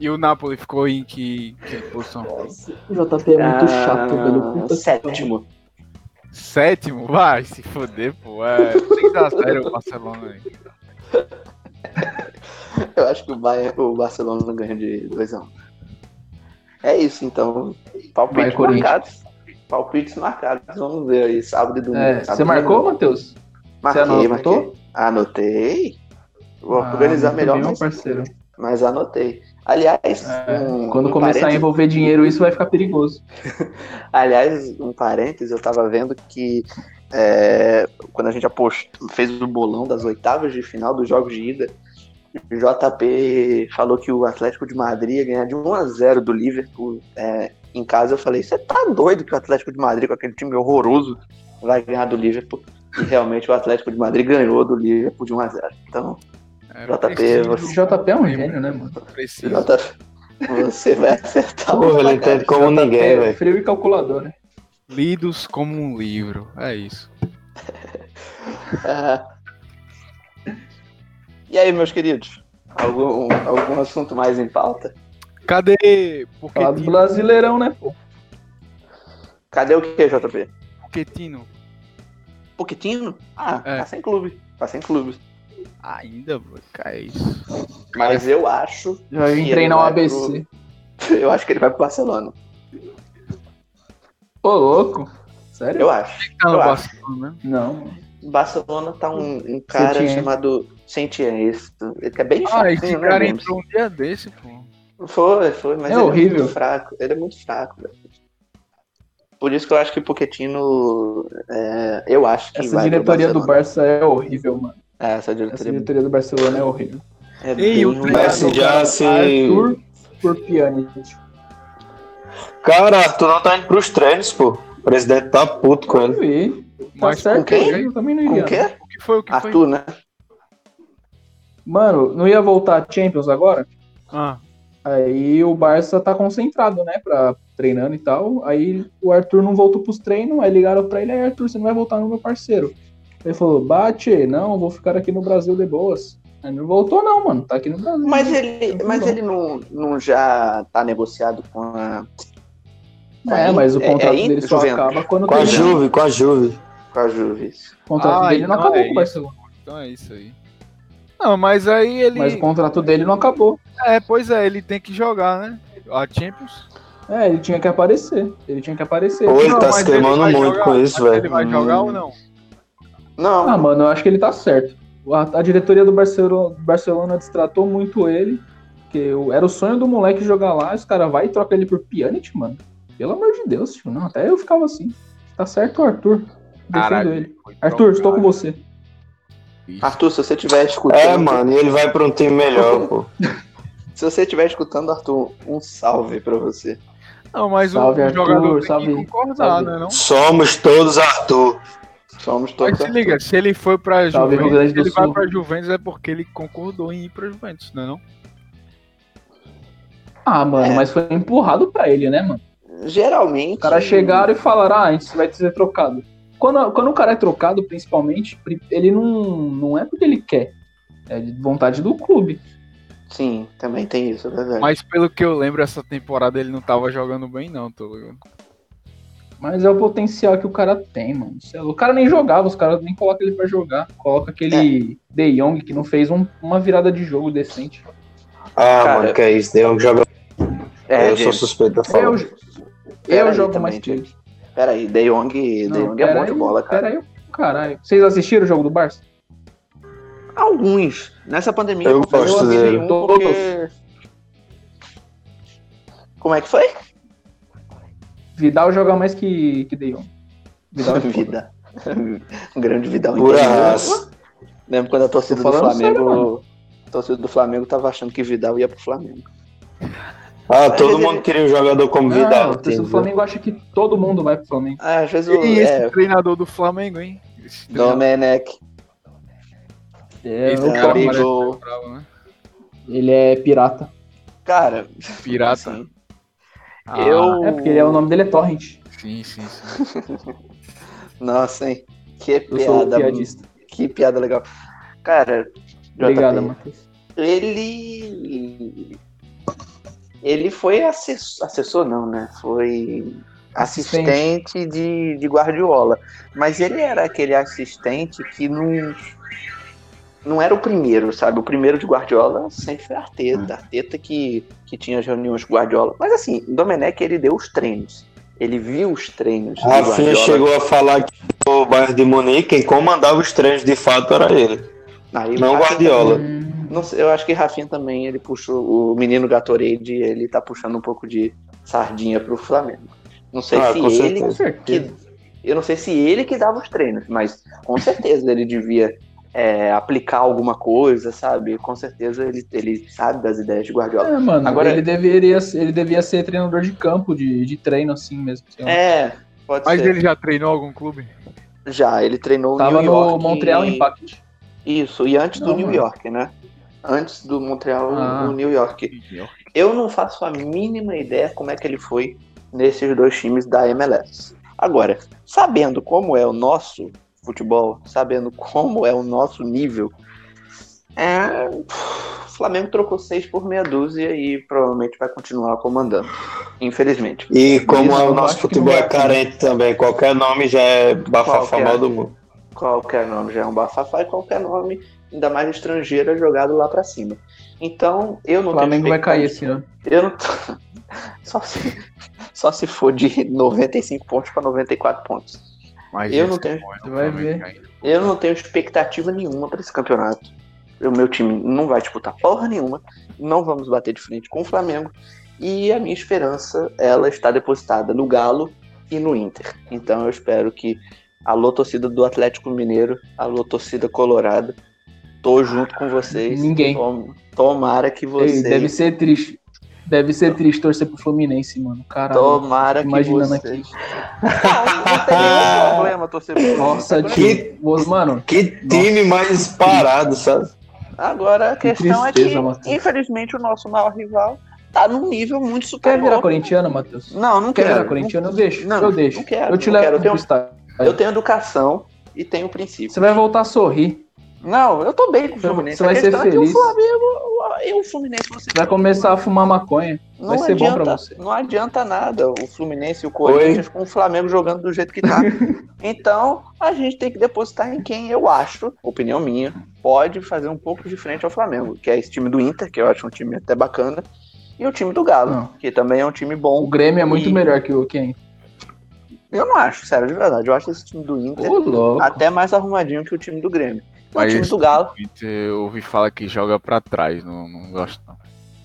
Speaker 3: E o Napoli ficou em que, que posição?
Speaker 4: O JP é muito chato,
Speaker 1: Ah,
Speaker 4: velho. Puta que
Speaker 1: sétimo.
Speaker 3: Sétimo? Vai se foder, pô. É 3x0 o Barcelona aí.
Speaker 1: Eu acho que o, Bayern, o Barcelona ganha de 2 a 1. É isso, então.
Speaker 4: Vai,
Speaker 1: Palpites
Speaker 4: Corinthians.
Speaker 1: marcados. Palpites marcados. Vamos ver aí, sábado e domingo.
Speaker 4: É,
Speaker 1: Sábado
Speaker 4: você
Speaker 1: e
Speaker 4: marcou,
Speaker 1: domingo.
Speaker 4: Matheus?
Speaker 1: Marquei,
Speaker 4: anotou?
Speaker 1: marquei. Anotei. Vou
Speaker 4: Ah,
Speaker 1: organizar
Speaker 4: muito
Speaker 1: melhor, né?
Speaker 4: bem,
Speaker 1: mas,
Speaker 4: meu parceiro.
Speaker 1: mas anotei. Aliás,
Speaker 4: É,
Speaker 1: um-
Speaker 4: Quando
Speaker 1: um
Speaker 4: começar a
Speaker 1: parêntese-
Speaker 4: envolver dinheiro, isso vai ficar perigoso.
Speaker 1: Aliás, um parênteses, eu tava vendo que é, quando a gente apost- fez o bolão das oitavas de final dos jogos de ida, o JP falou que o Atlético de Madrid ia ganhar de 1 a 0 do Liverpool é, em casa. Eu falei, você tá doido que o Atlético de Madrid, com aquele time horroroso, vai ganhar do Liverpool. E realmente o Atlético de Madrid ganhou do Liverpool de 1 a 0 Então,
Speaker 3: Era
Speaker 1: JP,
Speaker 3: É, preciso,
Speaker 1: você-
Speaker 4: JP é um gênio, né, mano?
Speaker 3: Preciso.
Speaker 1: JP, você vai acertar. um
Speaker 2: Porra, ele tá entende como ninguém,
Speaker 4: É
Speaker 2: velho.
Speaker 4: frio e calculador, né?
Speaker 3: Lidos como um livro. É isso.
Speaker 1: Ah. E aí, meus queridos? Algum, algum assunto mais em pauta?
Speaker 3: Cadê
Speaker 4: Falar do
Speaker 3: Poquetino?
Speaker 4: brasileirão, né, pô?
Speaker 1: Cadê o que, JP?
Speaker 3: Poquetino?
Speaker 1: Poquitino? Ah,
Speaker 3: É.
Speaker 1: tá sem clube. Tá sem clube.
Speaker 3: Ainda, bro. Que é isso.
Speaker 1: Mas eu acho.
Speaker 4: Já
Speaker 1: que ele
Speaker 4: entrei na
Speaker 1: vai
Speaker 4: UABC.
Speaker 1: pro- né? Eu acho que ele vai pro Barcelona.
Speaker 4: Ô, louco. Sério?
Speaker 1: Eu acho.
Speaker 3: Tá no
Speaker 1: Eu
Speaker 3: Barcelona, né?
Speaker 4: Não.
Speaker 1: Barcelona tá um, um cara
Speaker 4: Sentien.
Speaker 1: chamado Sentien. esse- Ele que é bem fraco.
Speaker 3: Ah, esse cara
Speaker 2: né,
Speaker 3: entrou um dia desse, pô.
Speaker 1: Foi, foi, mas
Speaker 4: É
Speaker 1: ele é
Speaker 4: horrível.
Speaker 1: muito fraco. Ele é muito fraco, velho. Por isso que eu acho que o Poquetino. eu acho que
Speaker 4: Essa
Speaker 1: vai pro
Speaker 4: diretoria do
Speaker 1: Barcelona.
Speaker 4: Barça é horrível, mano.
Speaker 1: É, essa
Speaker 4: Essa
Speaker 1: diretoria
Speaker 4: diretoria do Barcelona é horrível.
Speaker 1: é
Speaker 3: Ei, o
Speaker 1: bem-
Speaker 3: treinador-
Speaker 2: Messi já se.
Speaker 4: Arthur por Pjanic.
Speaker 2: Cara, tu não tá indo pros treinos, pô. O presidente tá puto com ele.
Speaker 4: Eu vi. Tá
Speaker 3: Mas
Speaker 4: certo,
Speaker 1: com quem?
Speaker 4: eu também não
Speaker 1: Com
Speaker 4: iria.
Speaker 1: o quê?
Speaker 3: o que foi? O que foi?
Speaker 1: Arthur, né?
Speaker 4: Mano, não ia voltar a Champions agora?
Speaker 3: Ah,
Speaker 4: Aí o Barça tá concentrado, né? Pra treinando e tal. Aí o Arthur não voltou pros treinos, aí ligaram pra ele, aí Arthur, você não vai voltar no meu parceiro. Ele falou, bate, não, vou ficar aqui no Brasil de boas. Aí não voltou não, mano, tá aqui no Brasil.
Speaker 1: Mas ele,
Speaker 4: Muito
Speaker 1: mas
Speaker 4: bom.
Speaker 1: ele não, não já tá negociado com a,
Speaker 4: É, mas o
Speaker 1: É- é
Speaker 4: contrato
Speaker 1: Inter,
Speaker 4: dele só
Speaker 1: Juventus.
Speaker 4: acaba quando
Speaker 2: Com a
Speaker 4: terminar.
Speaker 2: Juve, com a Juve.
Speaker 1: com a Juve?
Speaker 4: O contrato
Speaker 3: Ah,
Speaker 4: dele não
Speaker 3: então é
Speaker 4: acabou com
Speaker 3: isso.
Speaker 4: o Barcelona.
Speaker 3: então é isso aí. Não, mas aí ele.
Speaker 4: Mas o contrato dele não acabou.
Speaker 3: É, pois é, ele tem que jogar, né? A Champions.
Speaker 4: É, ele tinha que aparecer. Ele tinha que aparecer.
Speaker 2: Ou ele
Speaker 3: Não,
Speaker 2: tá
Speaker 3: mas
Speaker 2: se queimando
Speaker 3: vai
Speaker 2: muito
Speaker 3: jogar,
Speaker 2: com isso,
Speaker 3: mas Ele
Speaker 2: velho.
Speaker 3: vai jogar ou não?
Speaker 1: Não,
Speaker 4: Ah, mano, eu acho que ele tá certo. A, a diretoria do Barcelona, Barcelona destratou muito ele. Porque eu- era o sonho do moleque jogar lá, os caras vai e troca ele por Pjanic, mano. Pelo amor de Deus, tipo, não, até eu ficava assim. Tá certo, Arthur. Defendo ele. Arthur, estou com você.
Speaker 1: Arthur, se você estiver escutando.
Speaker 2: É, mano, e ele vai pra um time melhor, pô.
Speaker 1: Se você estiver escutando, Arthur, um salve pra você.
Speaker 3: Não, mas
Speaker 4: Salve,
Speaker 3: o
Speaker 4: Arthur,
Speaker 3: jogador
Speaker 4: salve,
Speaker 3: tem que concordar,
Speaker 4: salve.
Speaker 3: né? Não?
Speaker 2: Somos todos Arthur.
Speaker 1: Somos
Speaker 3: Mas
Speaker 1: todos.
Speaker 3: se liga, se ele foi pra
Speaker 4: Salve, Rio
Speaker 3: Juventus,
Speaker 4: Grande
Speaker 3: se
Speaker 4: do
Speaker 3: ele vai
Speaker 4: Sul.
Speaker 3: pra Juventus é porque ele concordou em ir pra Juventus, né? Não?
Speaker 4: Ah, mano,
Speaker 1: É.
Speaker 4: mas foi empurrado pra ele, né, mano?
Speaker 1: Geralmente.
Speaker 4: Os caras chegaram e falaram, ah, a gente vai ser trocado. Quando, quando o cara é trocado, principalmente, pri- ele não, não é porque ele quer. É de vontade do clube.
Speaker 1: Sim, também tem isso, é verdade.
Speaker 3: Mas pelo que eu lembro, essa temporada ele não tava jogando bem, não, tô ligado?
Speaker 4: Mas é o potencial que o cara tem, mano. Sei lá, O cara nem jogava, os caras nem colocam ele pra jogar. Coloca aquele
Speaker 1: É.
Speaker 4: De Jong que não fez um- uma virada de jogo decente.
Speaker 2: Ah,
Speaker 1: Cara,
Speaker 2: mano, que é isso. Deu um jogo.
Speaker 1: É,
Speaker 2: eu sou
Speaker 1: gente,
Speaker 2: suspeito a falar.
Speaker 4: Eu,
Speaker 1: Pera
Speaker 4: eu
Speaker 1: aí
Speaker 4: jogo
Speaker 1: também,
Speaker 4: mais que
Speaker 1: Diego.
Speaker 4: ele.
Speaker 1: Peraí, De Jong, De
Speaker 4: Não,
Speaker 1: Jong é bom de
Speaker 4: peraí,
Speaker 1: bola, cara.
Speaker 4: Peraí, caralho. Vocês assistiram o jogo do Barça?
Speaker 1: Alguns. Nessa pandemia,
Speaker 2: Eu
Speaker 1: confesso,
Speaker 2: gosto
Speaker 1: assisti
Speaker 2: dele.
Speaker 1: um porque- Como é que foi?
Speaker 4: Vidal joga mais que, que De Jong. Vidal é foda.
Speaker 1: Vida. Um grande Vidal.
Speaker 2: Buraço.
Speaker 1: Lembro quando a torcida
Speaker 4: Tô
Speaker 1: do
Speaker 4: falando sério,
Speaker 1: Flamengo. a torcida do Flamengo tava achando que Vidal ia pro Flamengo.
Speaker 2: Ah, todo mundo queria um jogador como
Speaker 4: é- Não,
Speaker 2: Vidal.
Speaker 4: Ah, o torcedor do Flamengo acha que todo mundo vai pro Flamengo.
Speaker 1: Ah, às vezes o.
Speaker 3: E
Speaker 1: É,
Speaker 3: esse treinador do Flamengo, hein? Esse treinador-
Speaker 1: Domenech.
Speaker 4: É,
Speaker 3: Esse
Speaker 4: o
Speaker 1: cara
Speaker 4: cara-
Speaker 1: parece-
Speaker 3: é bravo, né?
Speaker 4: ele é pirata.
Speaker 1: Cara,
Speaker 3: Pirata.
Speaker 1: assim,
Speaker 3: Ah,
Speaker 1: eu.
Speaker 4: É, porque ele é, o nome dele é Torrent.
Speaker 3: Sim, sim, sim.
Speaker 1: Nossa, hein? Que
Speaker 4: Eu sou
Speaker 1: piada.
Speaker 4: piadista.
Speaker 1: Que piada legal. Cara,
Speaker 4: Obrigado,
Speaker 1: JP,
Speaker 4: Matheus.
Speaker 1: Ele. Ele foi assessor, assessor não, né? Foi assistente de, de Guardiola. Mas ele era aquele assistente que não. Não era o primeiro, sabe? O primeiro de Guardiola sempre foi Arteta.
Speaker 2: Hum.
Speaker 1: Arteta que, que tinha as reuniões com Guardiola. Mas assim, Domenech, ele deu os treinos. Ele viu os treinos. do
Speaker 2: Rafinha
Speaker 1: Guardiola.
Speaker 2: chegou a falar que o Bayern de Munique, quem comandava os treinos de fato era ele.
Speaker 1: Aí o
Speaker 2: Não
Speaker 1: Rafinha
Speaker 2: Guardiola.
Speaker 4: Hum,
Speaker 1: Não sei, eu acho que Rafinha também, ele puxou, o menino Gatorade, ele tá puxando um pouco de sardinha pro Flamengo. Não sei
Speaker 2: Ah,
Speaker 1: se
Speaker 2: com
Speaker 1: ele
Speaker 4: com
Speaker 2: certeza.
Speaker 1: que,
Speaker 4: certeza.
Speaker 1: eu não sei se ele que dava os treinos, mas com certeza ele devia é, aplicar alguma coisa, sabe? Com certeza ele, ele sabe das ideias de Guardiola.
Speaker 4: É, mano,
Speaker 1: Agora-
Speaker 4: Agora... ele, deveria, ele devia ser treinador de campo, de, de treino assim mesmo. sei lá.
Speaker 1: É, pode
Speaker 3: Mas
Speaker 1: ser.
Speaker 3: ele já treinou algum clube?
Speaker 1: Já, ele treinou o
Speaker 4: Tava
Speaker 1: New York.
Speaker 4: no Montreal
Speaker 1: e-
Speaker 4: Impact.
Speaker 1: Isso, e antes do
Speaker 4: Não,
Speaker 1: New
Speaker 4: mano.
Speaker 1: York, né? Antes do Montreal,
Speaker 4: Ah.
Speaker 1: no New York. Eu não faço a mínima ideia como é que ele foi nesses dois times da MLS. Agora, sabendo como é o nosso futebol, sabendo como é o nosso nível, é, o Flamengo trocou seis por meia dúzia e provavelmente vai continuar comandando, infelizmente.
Speaker 2: E como
Speaker 4: Isso,
Speaker 2: é o
Speaker 4: eu
Speaker 2: nosso
Speaker 4: acho que
Speaker 2: futebol
Speaker 4: não é
Speaker 2: é carente também, qualquer nome já é bafafá
Speaker 1: Qualquer.
Speaker 2: mal do mundo.
Speaker 1: Qualquer nome já é um bafafá e qualquer nome, ainda mais estrangeiro, é jogado lá pra cima. Então, eu não
Speaker 4: O Flamengo
Speaker 1: tenho
Speaker 4: vai cair
Speaker 1: expectativa-
Speaker 4: esse ano.
Speaker 1: Eu não tô... só, se... só se for de 95 pontos para 94 pontos.
Speaker 3: Mas
Speaker 1: Eu
Speaker 3: esse
Speaker 1: não tenho.
Speaker 3: bom, é do
Speaker 4: Você vai
Speaker 3: Flamengo ainda.
Speaker 1: Eu não tenho expectativa nenhuma para esse campeonato. O meu time não vai disputar porra nenhuma. Não vamos bater de frente com o Flamengo. E a minha esperança, ela está depositada no Galo e no Inter. Então eu espero que alô torcida do Atlético Mineiro, alô torcida colorada, tô junto com vocês.
Speaker 4: Ninguém.
Speaker 1: Tom- Tomara que
Speaker 4: Ei,
Speaker 1: vocês.
Speaker 4: deve ser triste. Deve ser triste torcer pro Fluminense, mano. Caralho.
Speaker 1: Tomara que
Speaker 4: Imaginando
Speaker 1: vocês.
Speaker 4: aqui.
Speaker 1: Não tem nenhum problema torcer pro Fluminense.
Speaker 4: Nossa,
Speaker 1: Agora-
Speaker 4: que... mano,
Speaker 2: Que time mais parado, sabe?
Speaker 1: Agora a
Speaker 4: Que
Speaker 1: questão é que,
Speaker 4: tristeza, Matheus.
Speaker 1: infelizmente, o nosso maior rival tá num nível muito
Speaker 4: quer
Speaker 1: superior.
Speaker 4: virar corintiano, Matheus?
Speaker 1: Não, não
Speaker 4: Quer virar
Speaker 1: quero.
Speaker 4: corintiano? Eu deixo.
Speaker 1: Não,
Speaker 4: eu deixo.
Speaker 1: não quero,
Speaker 4: eu te
Speaker 1: não
Speaker 4: levo
Speaker 1: quero. Eu
Speaker 4: pro
Speaker 1: tenho- um
Speaker 4: estádio.
Speaker 1: Eu tenho educação e tenho princípio.
Speaker 4: Você vai voltar a sorrir.
Speaker 1: Não, eu tô bem com o Fluminense.
Speaker 4: Você vai
Speaker 1: a
Speaker 4: ser
Speaker 1: questão é que
Speaker 4: feliz.
Speaker 1: o Flamengo o- e o Fluminense você
Speaker 4: Você vai começar a fumar maconha.
Speaker 1: não
Speaker 4: vai ser bom
Speaker 1: adianta,
Speaker 4: pra você.
Speaker 1: Não adianta nada o Fluminense e o Corinthians com o Flamengo jogando do jeito que tá. então, a gente tem que depositar em quem eu acho, opinião minha, pode fazer um pouco de frente ao Flamengo, que é esse time do Inter, que eu acho um time até bacana, e o time do Galo,
Speaker 4: Não.
Speaker 1: que também é um time bom.
Speaker 4: O Grêmio é muito
Speaker 1: E-
Speaker 4: melhor que o quem?
Speaker 1: Eu não acho, sério, de verdade. Eu acho esse time do Inter
Speaker 4: Ô, louco.
Speaker 1: até mais arrumadinho que o time do Grêmio. E o
Speaker 3: Mas
Speaker 1: time
Speaker 3: esse
Speaker 1: do Galo,
Speaker 3: Inter, Eu ouvi falar que joga pra trás, não, não gosto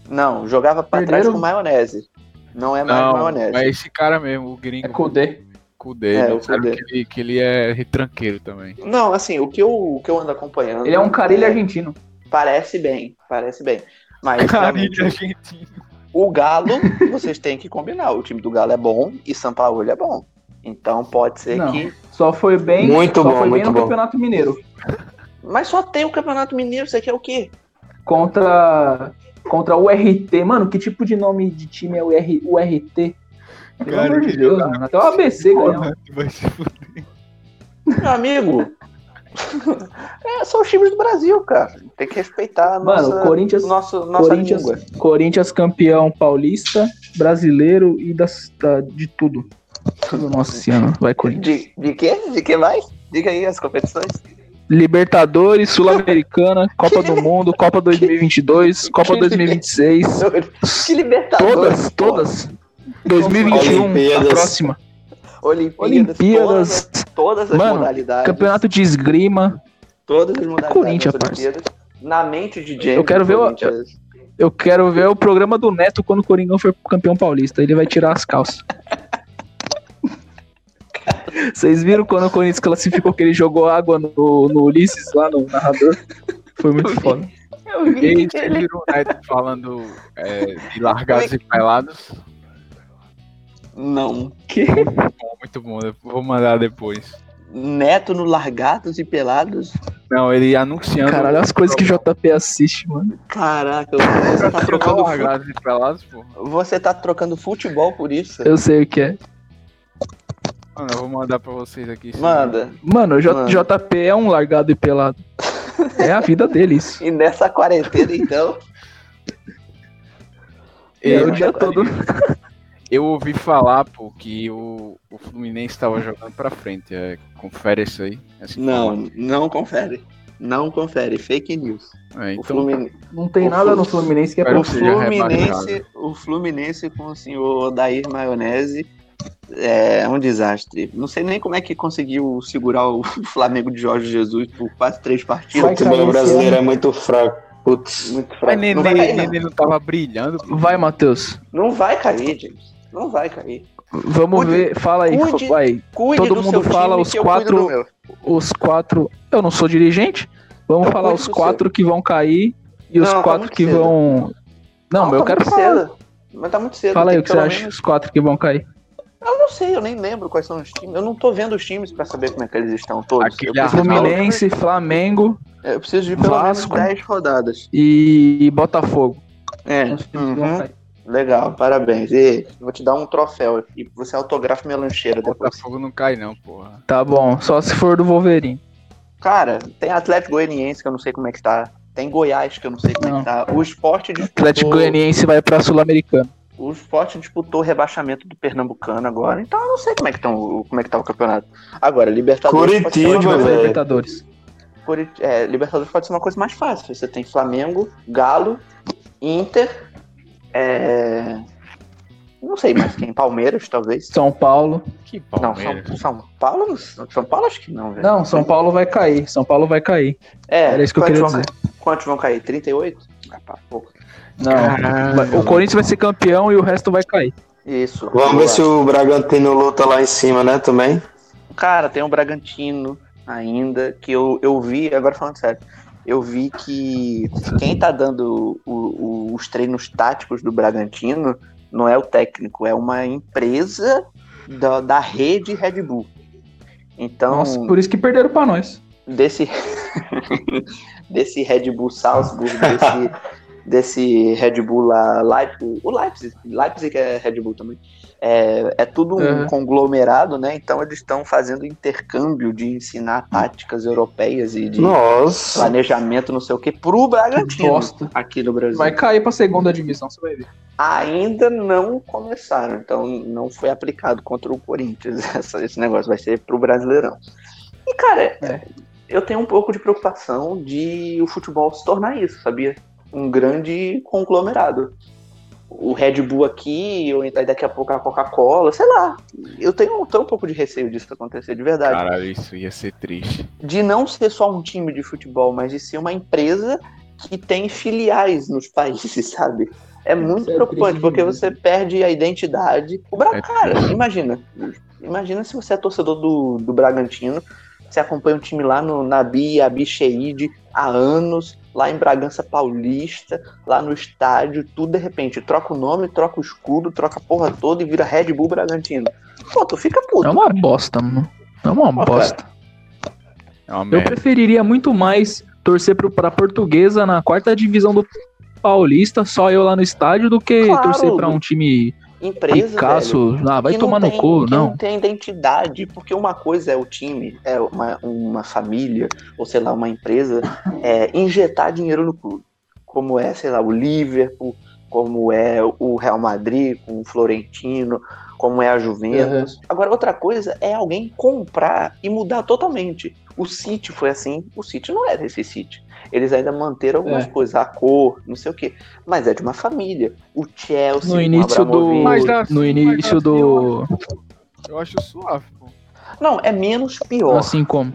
Speaker 3: não.
Speaker 1: não, jogava pra trás
Speaker 4: Perderam?
Speaker 1: com maionese. Não é mais
Speaker 3: Não,
Speaker 1: maionese.
Speaker 3: mas esse cara mesmo, o
Speaker 4: É
Speaker 3: gringo,
Speaker 4: Kudê.
Speaker 3: Kudê,
Speaker 1: É,
Speaker 3: me
Speaker 1: o
Speaker 3: disseram
Speaker 1: Kudê.
Speaker 3: Que, ele, que ele é retranqueiro também.
Speaker 1: Não, assim, o que eu, o que eu ando acompanhando.
Speaker 4: Ele é um carilho argentino.
Speaker 1: Parece bem, parece bem. Mas realmente,
Speaker 3: é argentino. né,
Speaker 1: o Galo, vocês têm que combinar. O time do Galo é bom e São Paulo é bom. Então pode ser
Speaker 4: Não.
Speaker 1: que.
Speaker 4: Só foi bem,
Speaker 2: Muito
Speaker 4: só
Speaker 2: bom,
Speaker 4: foi bem
Speaker 2: muito
Speaker 4: no
Speaker 2: bom.
Speaker 4: Campeonato Mineiro.
Speaker 1: Mas só tem o Campeonato Mineiro, você quer o quê?
Speaker 4: Contra contra o RT. Mano, que tipo de nome de time é o R, URT? Pelo
Speaker 3: Cara,
Speaker 4: amor de
Speaker 3: que
Speaker 4: Deus,
Speaker 3: jogada.
Speaker 4: mano. Até o ABC ganhou.
Speaker 3: Vai se fuder.
Speaker 1: Meu amigo. é, são os times do Brasil, cara. Tem que respeitar a nossa,
Speaker 4: Mano, Corinthians,
Speaker 1: nosso, nossa
Speaker 4: Corinthians-
Speaker 1: língua.
Speaker 4: Corinthians campeão paulista, brasileiro e das, da- de tudo. Tudo nosso esse ano. Vai, Corinthians.
Speaker 1: De, de quê? De que mais? Diga aí as competições.
Speaker 4: Libertadores, Sul-Americana, Copa do Mundo, Copa 2022, Copa 2026.
Speaker 1: Que Libertadores.
Speaker 4: Todas,
Speaker 1: pô.
Speaker 4: todas. 2021, a
Speaker 2: Olimpíadas.
Speaker 4: próxima.
Speaker 1: Olimpíadas.
Speaker 4: Olimpíadas,
Speaker 1: Todas, todas as
Speaker 4: Mano,
Speaker 1: modalidades.
Speaker 4: campeonato de esgrima.
Speaker 1: Todas as modalidades.
Speaker 4: Corinthians,
Speaker 1: das Olimpíadas. Na mente de James.
Speaker 4: Eu quero ver o-
Speaker 1: Corinthians.
Speaker 4: Eu quero ver o programa do Neto quando o Coringão for campeão paulista. Ele vai tirar as calças. Vocês viram quando o Corinthians classificou que ele jogou água no, no Ulisses lá no narrador? Foi muito foda.
Speaker 5: Eu
Speaker 3: E aí,
Speaker 5: vi
Speaker 3: vocês
Speaker 5: ele.
Speaker 3: viram o Neto falando é, de largados e pelados?
Speaker 1: Não.
Speaker 4: Que?
Speaker 3: Bom, Muito bom, eu vou mandar depois.
Speaker 1: Neto no Largados e Pelados?
Speaker 3: Não, ele anunciando.
Speaker 4: Caralho, as coisas que JP assiste, mano.
Speaker 1: Caraca, você tá trocando, fu-
Speaker 3: largados e pelados, porra.
Speaker 1: você tá trocando futebol por isso?
Speaker 4: Eu sei o que é.
Speaker 3: Mano, eu vou mandar pra vocês aqui. sim.
Speaker 1: Manda.
Speaker 4: Mano, o J-
Speaker 1: Mano.
Speaker 4: JP é um largado e pelado. É a vida dele, isso.
Speaker 1: E nessa quarentena, então,
Speaker 4: E
Speaker 3: Eu,
Speaker 4: É o dia todo.
Speaker 3: eu ouvi falar, pô, que o, o Fluminense tava jogando pra frente. É, confere isso aí. essa
Speaker 1: não, não confere. Não confere, fake news.
Speaker 3: informação. É,
Speaker 1: O
Speaker 3: então,
Speaker 1: Fluminense,
Speaker 4: Não tem
Speaker 1: O
Speaker 4: nada
Speaker 1: Flu-
Speaker 4: no Fluminense que é
Speaker 3: Espero
Speaker 1: o
Speaker 4: pra
Speaker 3: que seja
Speaker 1: Fluminense,
Speaker 3: rebaixado.
Speaker 1: o Fluminense com o senhor Dair Maionese é um desastre. Não sei nem como é que conseguiu segurar o Flamengo de Jorge Jesus por quase três
Speaker 4: Vai
Speaker 2: O
Speaker 1: partidas.
Speaker 4: cair
Speaker 2: futebol
Speaker 4: esse
Speaker 2: brasileiro é muito fraco. Putz.
Speaker 1: Muito
Speaker 3: Mas
Speaker 1: fraco.
Speaker 3: Nenê
Speaker 1: Não
Speaker 3: não,
Speaker 1: vai cair, não.
Speaker 3: não tava brilhando, pô.
Speaker 4: Vai, Matheus.
Speaker 1: Não vai cair, James. Não vai cair.
Speaker 4: Vamos
Speaker 1: Cuide-
Speaker 4: ver. Fala aí,
Speaker 1: cuide-
Speaker 4: vai.
Speaker 1: Cuide
Speaker 4: Todo
Speaker 1: do seu
Speaker 4: mundo fala
Speaker 1: time
Speaker 4: os
Speaker 1: que eu cuido
Speaker 4: quatro-
Speaker 1: do meu.
Speaker 4: Os quatro. Eu não sou dirigente. Vamos
Speaker 1: Eu
Speaker 4: falar
Speaker 1: cuido
Speaker 4: os
Speaker 1: do
Speaker 4: quatro que vão cair e os
Speaker 1: Não, tá
Speaker 4: quatro
Speaker 1: muito
Speaker 4: que
Speaker 1: cedo.
Speaker 4: vão. Não, mas eu
Speaker 1: tá
Speaker 4: quero
Speaker 1: muito
Speaker 4: falar.
Speaker 1: cedo. Mas tá muito cedo.
Speaker 4: Fala aí
Speaker 1: tem
Speaker 4: o que você
Speaker 1: pelo
Speaker 4: acha,
Speaker 1: menos-
Speaker 4: os quatro que vão cair.
Speaker 1: Eu não sei, eu nem lembro quais são os times. Eu não tô vendo os times pra saber como é que eles estão todos.
Speaker 3: Aquele
Speaker 1: eu, preciso,
Speaker 4: Fluminense,
Speaker 1: tá.
Speaker 4: Flamengo
Speaker 1: eu preciso de pelo
Speaker 4: Vasco.
Speaker 1: menos 10 rodadas.
Speaker 4: e Botafogo.
Speaker 1: É.
Speaker 4: São os times que vão
Speaker 1: uhum.
Speaker 4: cair.
Speaker 1: Legal, parabéns. E vou te dar um troféu e você autografa minha lancheira depois.
Speaker 3: Botafogo não cai, não, porra.
Speaker 4: Tá bom, só se for do Wolverine.
Speaker 1: Cara, tem Atlético Goianiense que eu não sei como é que tá. Tem Goiás que eu não sei como é
Speaker 4: Não.
Speaker 1: que tá. O esporte disputou,
Speaker 4: Atlético Goianiense vai pra Sul-Americana.
Speaker 1: o esporte disputou o rebaixamento do Pernambucano agora, então eu não sei como é que, tão, como é que tá o campeonato. Agora, Libertadores. pode ser uma
Speaker 2: Curitiba,
Speaker 1: coisa-
Speaker 2: velho.
Speaker 4: Libertadores.
Speaker 1: Curit- é, Libertadores pode ser uma coisa mais fácil. Você tem Flamengo, Galo, Inter, é, não sei mais quem, Palmeiras talvez.
Speaker 4: São Paulo.
Speaker 3: Que
Speaker 1: Não,
Speaker 3: Palmeiras.
Speaker 1: São, São Paulo? São Paulo acho que não, velho.
Speaker 4: Não, São Paulo vai cair. São Paulo vai cair.
Speaker 1: É,
Speaker 4: Era isso que eu
Speaker 1: quantos
Speaker 4: queria
Speaker 1: vão
Speaker 4: dizer.
Speaker 1: cair? Quantos vão cair? 38? Ah, pá, pouco.
Speaker 4: Não.
Speaker 3: Caralho.
Speaker 4: O Corinthians vai ser campeão e o resto vai cair.
Speaker 1: Isso.
Speaker 2: Vamos ver se o Bragantino luta lá em cima, né, também?
Speaker 1: Cara, tem um Bragantino ainda, que eu, eu vi, agora falando sério, eu vi que quem tá dando o- o- os treinos táticos do Bragantino não é o técnico, é uma empresa da, da rede Red Bull. Então,
Speaker 4: Nossa, por isso que perderam pra nós.
Speaker 1: desse desse Red Bull Salzburg, desse, desse Red Bull lá, Leipzig, o Leipzig, Leipzig é Red Bull também, é, é tudo um
Speaker 4: Uhum.
Speaker 1: conglomerado, né? Então eles estão fazendo intercâmbio de ensinar táticas europeias e de
Speaker 2: Nossa.
Speaker 1: planejamento, não sei o que, pro Bragantino
Speaker 4: Bosta.
Speaker 1: aqui no Brasil.
Speaker 4: Vai cair pra segunda divisão, você vai ver.
Speaker 1: Ainda não começaram, então não foi aplicado contra o Corinthians essa- esse negócio, vai ser pro Brasileirão. E, cara,
Speaker 4: É.
Speaker 1: eu tenho um pouco de preocupação de o futebol se tornar isso, sabia? Um grande conglomerado. O Red Bull aqui, ou então daqui a pouco a Coca-Cola, sei lá. Eu tenho, tenho um pouco de receio disso acontecer, de verdade
Speaker 3: Caralho, isso ia ser triste.
Speaker 1: de não ser só um time de futebol, mas de ser uma empresa que tem filiais nos países, sabe? É muito
Speaker 4: é
Speaker 1: preocupante,
Speaker 4: triste
Speaker 1: porque
Speaker 4: demais.
Speaker 1: você perde a identidade. O Bra...
Speaker 3: É
Speaker 1: Cara, imagina. Imagina se você é torcedor do, do Bragantino, você acompanha um time lá no Nabi Abixeide há anos, lá em Bragança Paulista, lá no estádio, tudo de repente. Troca o nome, troca o escudo, troca a porra toda e vira Red Bull Bragantino. Pô, tu fica puto.
Speaker 4: É uma bosta, mano. É uma
Speaker 1: cara.
Speaker 4: bosta.
Speaker 3: É uma
Speaker 4: Eu
Speaker 3: merda.
Speaker 4: preferiria muito mais torcer pro, pra portuguesa na quarta divisão do Paulista, só eu lá no estádio, do que
Speaker 1: Claro.
Speaker 4: torcer pra um time
Speaker 1: Empresa, velho.
Speaker 4: ricaço. Ah, vai
Speaker 1: que
Speaker 4: tomar
Speaker 1: não
Speaker 4: no
Speaker 1: tem-
Speaker 4: cu,
Speaker 1: que
Speaker 4: não.
Speaker 1: Não tem identidade, porque uma coisa é o time, é uma, uma família, ou sei lá, uma empresa, é, injetar dinheiro no clube. Como é, sei lá, o Liverpool, como é o Real Madrid com o Florentino, como é a
Speaker 4: Uhum.
Speaker 1: Juventus. Agora, outra coisa é alguém comprar e mudar totalmente. O City foi assim, o City não era esse City. Eles ainda manteram algumas
Speaker 4: É.
Speaker 1: coisas, a cor, não sei o quê. Mas é de uma família. O Chelsea, um
Speaker 4: No
Speaker 1: com o
Speaker 4: início do.
Speaker 1: Abramovich.
Speaker 3: Mas assim,
Speaker 4: no
Speaker 3: mas
Speaker 4: início
Speaker 3: assim,
Speaker 4: do.
Speaker 3: Eu acho suave, pô.
Speaker 1: Não, é menos pior.
Speaker 4: Assim como.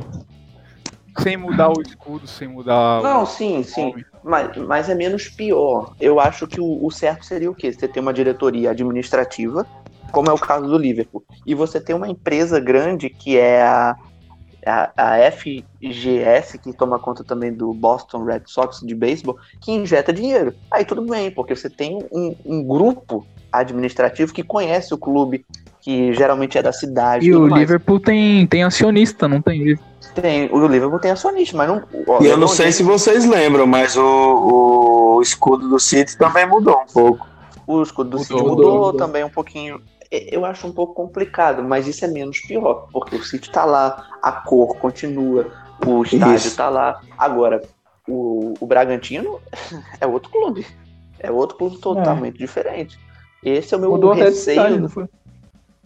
Speaker 3: Sem mudar o escudo, sem mudar.
Speaker 1: Não,
Speaker 3: o...
Speaker 1: sim, sim.
Speaker 3: nome.
Speaker 1: Mas, mas é menos pior. Eu acho que o, o certo seria o quê? Você ter uma diretoria administrativa, como é o caso do Liverpool. E você tem uma empresa grande que é a, a, a FGS, que toma conta também do Boston Red Sox de beisebol, que injeta dinheiro. Aí tudo bem, porque você tem um, um grupo administrativo que conhece o clube, que geralmente é da cidade.
Speaker 4: E
Speaker 1: tudo
Speaker 4: o
Speaker 1: mais.
Speaker 4: Liverpool tem, tem acionista, não tem.
Speaker 1: Tem, o Liverpool tem acionista, mas não. ó,
Speaker 2: E eu não
Speaker 1: Leão
Speaker 2: sei
Speaker 1: James-
Speaker 2: se vocês lembram, mas o, o escudo do City também mudou um pouco.
Speaker 1: O escudo do City
Speaker 4: Mudou,
Speaker 1: mudou,
Speaker 4: mudou, mudou.
Speaker 1: também um pouquinho. E- Eu acho um pouco complicado, mas isso é menos pior, porque o City tá lá, a cor continua, o estádio
Speaker 2: Isso.
Speaker 1: tá lá. Agora, o, o Bragantino é outro clube. É outro clube totalmente diferente. Esse é o meu
Speaker 4: É. Mudou até de
Speaker 1: receio.
Speaker 4: estádio, né? não foi?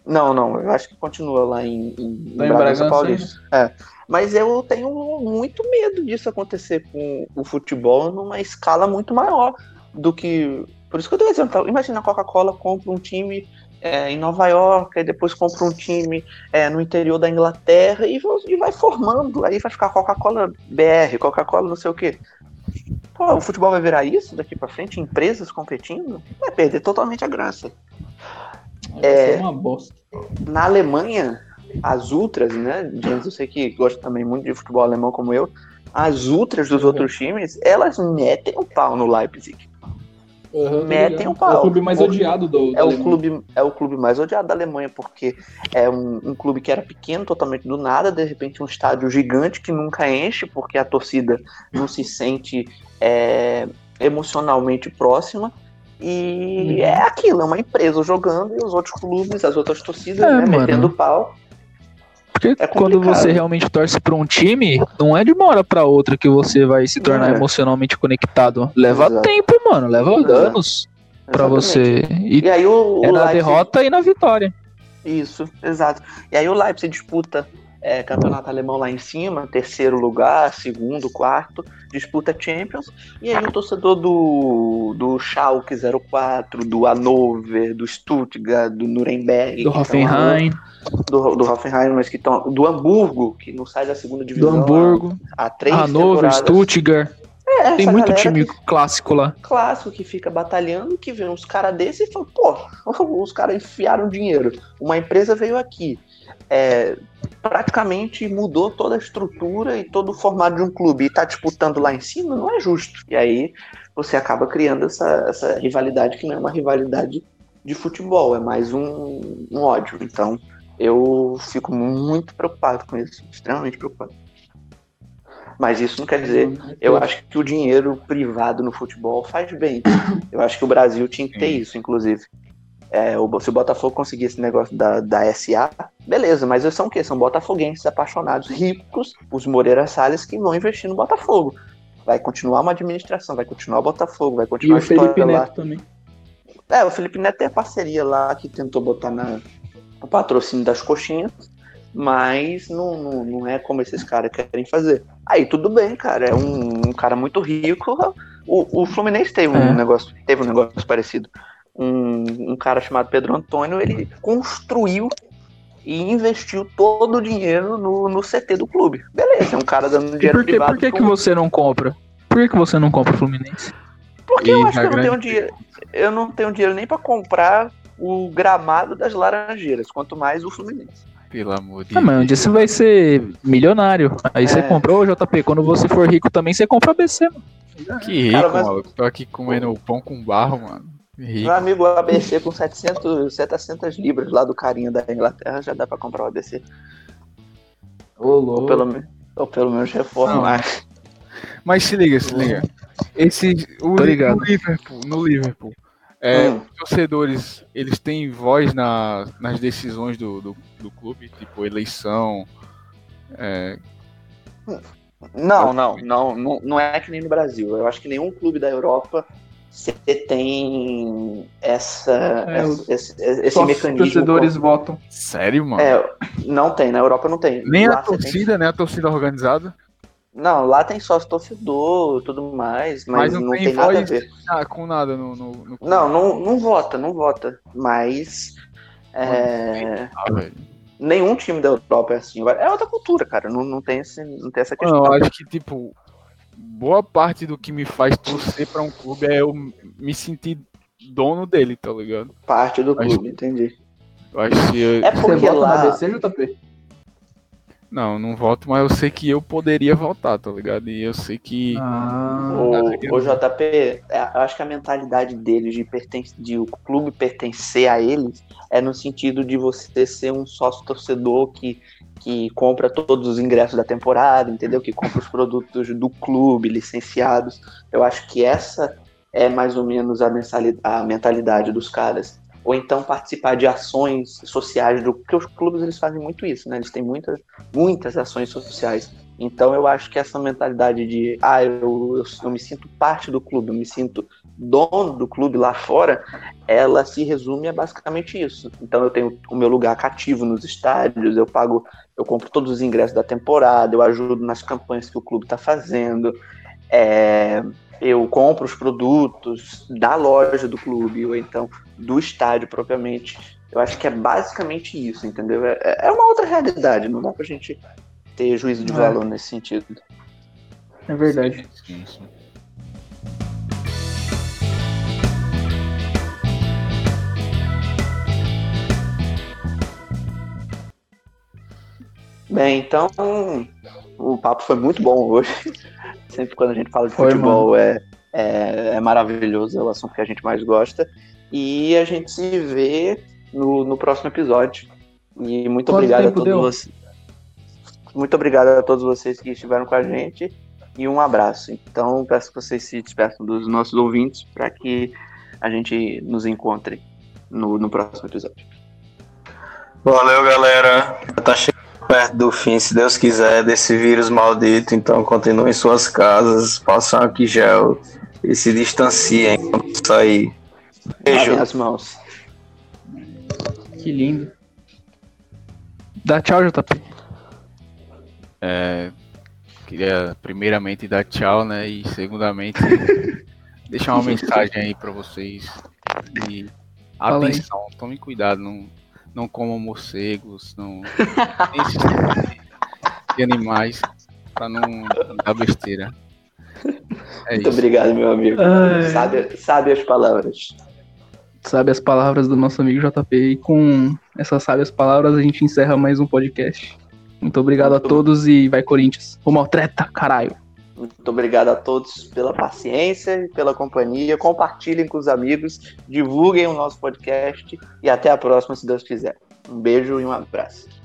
Speaker 1: Não, não, eu acho que continua lá em, em,
Speaker 4: Lá em
Speaker 1: Bragança
Speaker 4: Bragança né?
Speaker 1: Paulista. É. Mas eu tenho muito medo disso acontecer com o futebol numa escala muito maior do que. Por isso que eu dou exemplo. tá? Imagina a Coca-Cola compra um time é, em Nova York, e depois compra um time é, no interior da Inglaterra e, vo- e vai formando. Aí vai ficar Coca-Cola BR, Coca-Cola não sei o quê. Pô, o futebol vai virar isso daqui pra frente? Empresas competindo? Vai perder totalmente a graça
Speaker 4: É
Speaker 1: É.
Speaker 4: uma bosta.
Speaker 1: na Alemanha, as ultras, né? James, eu sei que gosta também muito de futebol alemão como eu. As ultras dos outros times, elas metem o pau no Leipzig. Metem ligado. o pau.
Speaker 4: É o clube mais
Speaker 1: O-
Speaker 4: odiado do.
Speaker 1: É
Speaker 4: da
Speaker 1: o
Speaker 4: Alemanha.
Speaker 1: clube, é o clube mais odiado da Alemanha, porque é um, um clube que era pequeno, totalmente do nada, de repente um estádio gigante que nunca enche, porque a torcida não se sente é, emocionalmente próxima. E
Speaker 4: Uhum.
Speaker 1: é aquilo, é uma empresa jogando e os outros clubes, as outras torcidas,
Speaker 4: É,
Speaker 1: né,
Speaker 4: mano.
Speaker 1: metendo pau.
Speaker 4: Porque
Speaker 1: É
Speaker 4: quando
Speaker 1: complicado.
Speaker 4: você realmente torce pra um time, não é de uma hora pra outra que você vai se tornar
Speaker 1: É.
Speaker 4: emocionalmente conectado. Leva
Speaker 1: Exato.
Speaker 4: tempo, mano. Leva
Speaker 1: Exato.
Speaker 4: anos pra
Speaker 1: Exatamente.
Speaker 4: você. E
Speaker 1: E aí o,
Speaker 4: é
Speaker 1: o
Speaker 4: na
Speaker 1: Leipzig-
Speaker 4: derrota e na vitória.
Speaker 1: Isso, exato. E aí o Leipzig disputa é, campeonato alemão lá em cima, terceiro lugar, segundo, quarto, disputa Champions. E aí o torcedor do, do Schalke 04, do Hannover, do Stuttgart, do Nuremberg,
Speaker 4: Do
Speaker 1: que tão-
Speaker 4: Hoffenheim,
Speaker 1: então, do, do Hoffenheim, mas que estão do Hamburgo, que não sai da segunda
Speaker 4: do
Speaker 1: divisão.
Speaker 4: Hamburgo,
Speaker 1: há, há três
Speaker 4: Hannover,
Speaker 1: temporadas.
Speaker 4: Stuttgart.
Speaker 1: É,
Speaker 4: Tem
Speaker 1: essa
Speaker 4: muito
Speaker 1: galera
Speaker 4: time
Speaker 1: que-
Speaker 4: clássico lá.
Speaker 1: clássico que fica batalhando, que vê uns caras desses e fala, pô, os caras enfiaram dinheiro. Uma empresa veio aqui, é, praticamente mudou toda a estrutura e todo o formato de um clube e tá disputando lá em cima, não é justo. E aí você acaba criando essa, essa rivalidade que não é uma rivalidade de futebol, é mais um, um ódio. Então eu fico muito preocupado com isso, extremamente preocupado. Mas isso não quer dizer eu acho que o dinheiro privado no futebol faz bem. Eu acho que o Brasil tinha que ter isso, inclusive. É, o Bo- se o Botafogo conseguir esse negócio da, da SA, beleza, mas eles são o quê? São botafoguenses apaixonados, ricos, os Moreira Salles que vão investir no Botafogo. Vai continuar uma administração, vai continuar o Botafogo, vai
Speaker 4: E
Speaker 1: continuar
Speaker 4: o
Speaker 1: a história
Speaker 4: Felipe
Speaker 1: lá.
Speaker 4: Neto também.
Speaker 1: É, o Felipe Neto tem a parceria lá que tentou botar na, o patrocínio das coxinhas, mas não, não, não é como esses caras querem fazer. Aí tudo bem, cara, é um, um cara muito rico. O, o Fluminense teve um
Speaker 4: É.
Speaker 1: negócio, teve um negócio parecido. Um, um cara chamado Pedro Antônio, ele construiu e investiu todo o dinheiro no, no CT do clube. Beleza, é um cara dando
Speaker 4: E
Speaker 1: dinheiro
Speaker 4: por que,
Speaker 1: privado.
Speaker 4: por que,
Speaker 1: pro-
Speaker 4: que você não compra? Por que, que você não compra o Fluminense?
Speaker 1: Porque eu
Speaker 4: E
Speaker 1: acho que eu não
Speaker 4: Instagram?
Speaker 1: tenho dinheiro. Eu não tenho dinheiro nem pra comprar o gramado das Laranjeiras, quanto mais o Fluminense.
Speaker 3: Pelo amor de
Speaker 4: Ah, mas um dia você vai ser milionário. Aí você
Speaker 1: É.
Speaker 4: compra, ô JP, quando você for rico também, você compra ABC, mano.
Speaker 3: Que rico,
Speaker 1: Cara, mas-
Speaker 3: maluco. Tô aqui comendo pão com barro, mano. Rico.
Speaker 1: Meu amigo ABC com 700, 700 libras lá do carinha da Inglaterra já dá pra comprar o ABC.
Speaker 4: Ô,
Speaker 1: Ou pelo, me- ou pelo menos
Speaker 3: Não.
Speaker 1: reforma.
Speaker 3: Mas se liga, se liga. Esse, o,
Speaker 4: Tô
Speaker 3: Li-
Speaker 4: ligado.
Speaker 3: no Liverpool, no Liverpool, é,
Speaker 1: Hum.
Speaker 3: os torcedores, eles têm voz na, nas decisões do, do, do clube, tipo eleição. é,
Speaker 1: Não, não, não, não, não é que nem no Brasil. Eu acho que nenhum clube da Europa se tem essa,
Speaker 4: É, o-
Speaker 1: esse, esse- esse mecanismo.
Speaker 4: votam.
Speaker 3: sério, mano?
Speaker 1: É, não tem, na Europa não tem.
Speaker 3: Nem
Speaker 1: Lá
Speaker 3: a
Speaker 1: você tem-
Speaker 3: torcida, né? A torcida organizada.
Speaker 1: Não, lá tem sócio torcedor e tudo mais, mas, não, tem, nada a
Speaker 3: voz.
Speaker 1: ver.
Speaker 3: Ah, com nada no, no, no clube.
Speaker 1: Não, não, não vota, não vota. Mas. é,
Speaker 3: Ah, velho.
Speaker 1: nenhum time da Europa é assim. É outra cultura, cara. Não, não, tem, esse, não tem essa
Speaker 3: Mano,
Speaker 1: questão.
Speaker 3: eu acho que, tipo, boa parte do que me faz torcer pra um clube é eu me sentir dono dele, tá ligado?
Speaker 1: Parte do
Speaker 3: Mas-
Speaker 1: clube, entendi.
Speaker 3: Eu acho que. eu-
Speaker 1: É
Speaker 4: Você
Speaker 1: porque
Speaker 4: vota na
Speaker 1: lá.
Speaker 4: DC, JP?
Speaker 3: Não, não voto, mas eu sei que eu poderia votar, tá ligado? E eu sei que.
Speaker 4: Ah,
Speaker 1: O, o JP, é, eu acho que a mentalidade deles de, perten- de o clube pertencer a eles é no sentido de você ser um sócio torcedor que, que compra todos os ingressos da temporada, entendeu? Que compra os produtos do clube, licenciados. Eu acho que essa é mais ou menos a, mensali- a mentalidade dos caras. Ou então participar de ações sociais, do, porque os clubes eles fazem muito isso, né? Eles têm muitas, muitas ações sociais. Então eu acho que essa mentalidade de ah, eu, eu, eu me sinto parte do clube, eu me sinto dono do clube lá fora, ela se resume a basicamente isso. Então eu tenho o meu lugar cativo nos estádios, eu pago, eu compro todos os ingressos da temporada, eu ajudo nas campanhas que o clube está fazendo, é, eu compro os produtos da loja do clube, ou então do estádio propriamente. Eu acho que é basicamente isso, entendeu? É, é uma outra realidade, não dá pra gente ter juízo de
Speaker 4: É.
Speaker 1: valor nesse sentido.
Speaker 4: é verdade.
Speaker 3: Sim, sim.
Speaker 1: Bem, então o papo foi muito bom hoje. Sempre quando a gente fala de
Speaker 4: Foi,
Speaker 1: futebol é, é, é maravilhoso, é o assunto que a gente mais gosta. E a gente se vê no, no próximo episódio. E muito
Speaker 4: Quanto
Speaker 1: obrigado a
Speaker 4: tempo
Speaker 1: todos
Speaker 4: deu?
Speaker 1: vocês. Muito obrigado a todos vocês que estiveram com a gente e um abraço. Então peço que vocês se despeçam dos nossos ouvintes para que a gente nos encontre no, no próximo episódio.
Speaker 2: Valeu, galera. Tá chegando perto do fim, se Deus quiser, desse vírus maldito. Então continuem em suas casas, passem aqui gel e se distanciem quando sair. Beijo.
Speaker 1: Lavem as mãos.
Speaker 4: Que lindo. Dá tchau, JP.
Speaker 3: É, queria primeiramente dar tchau, né? E segundamente deixar uma mensagem aí pra vocês. E
Speaker 4: Fala aí.
Speaker 3: atenção, tome cuidado, não, não comam morcegos, não nem esse tipo de animais pra não dar besteira. É
Speaker 1: Muito
Speaker 3: isso.
Speaker 1: obrigado, meu amigo.
Speaker 4: Ai.
Speaker 1: Sabe, sabe as palavras.
Speaker 4: Sabe as palavras do nosso amigo JP. E com essas sábias palavras a gente encerra mais um podcast. Muito obrigado
Speaker 1: Muito
Speaker 4: a todos e vai Corinthians. Ô maltreta, caralho.
Speaker 1: Muito obrigado a todos pela paciência e pela companhia. Compartilhem com os amigos, divulguem o nosso podcast e até a próxima, se Deus quiser. Um beijo e um abraço.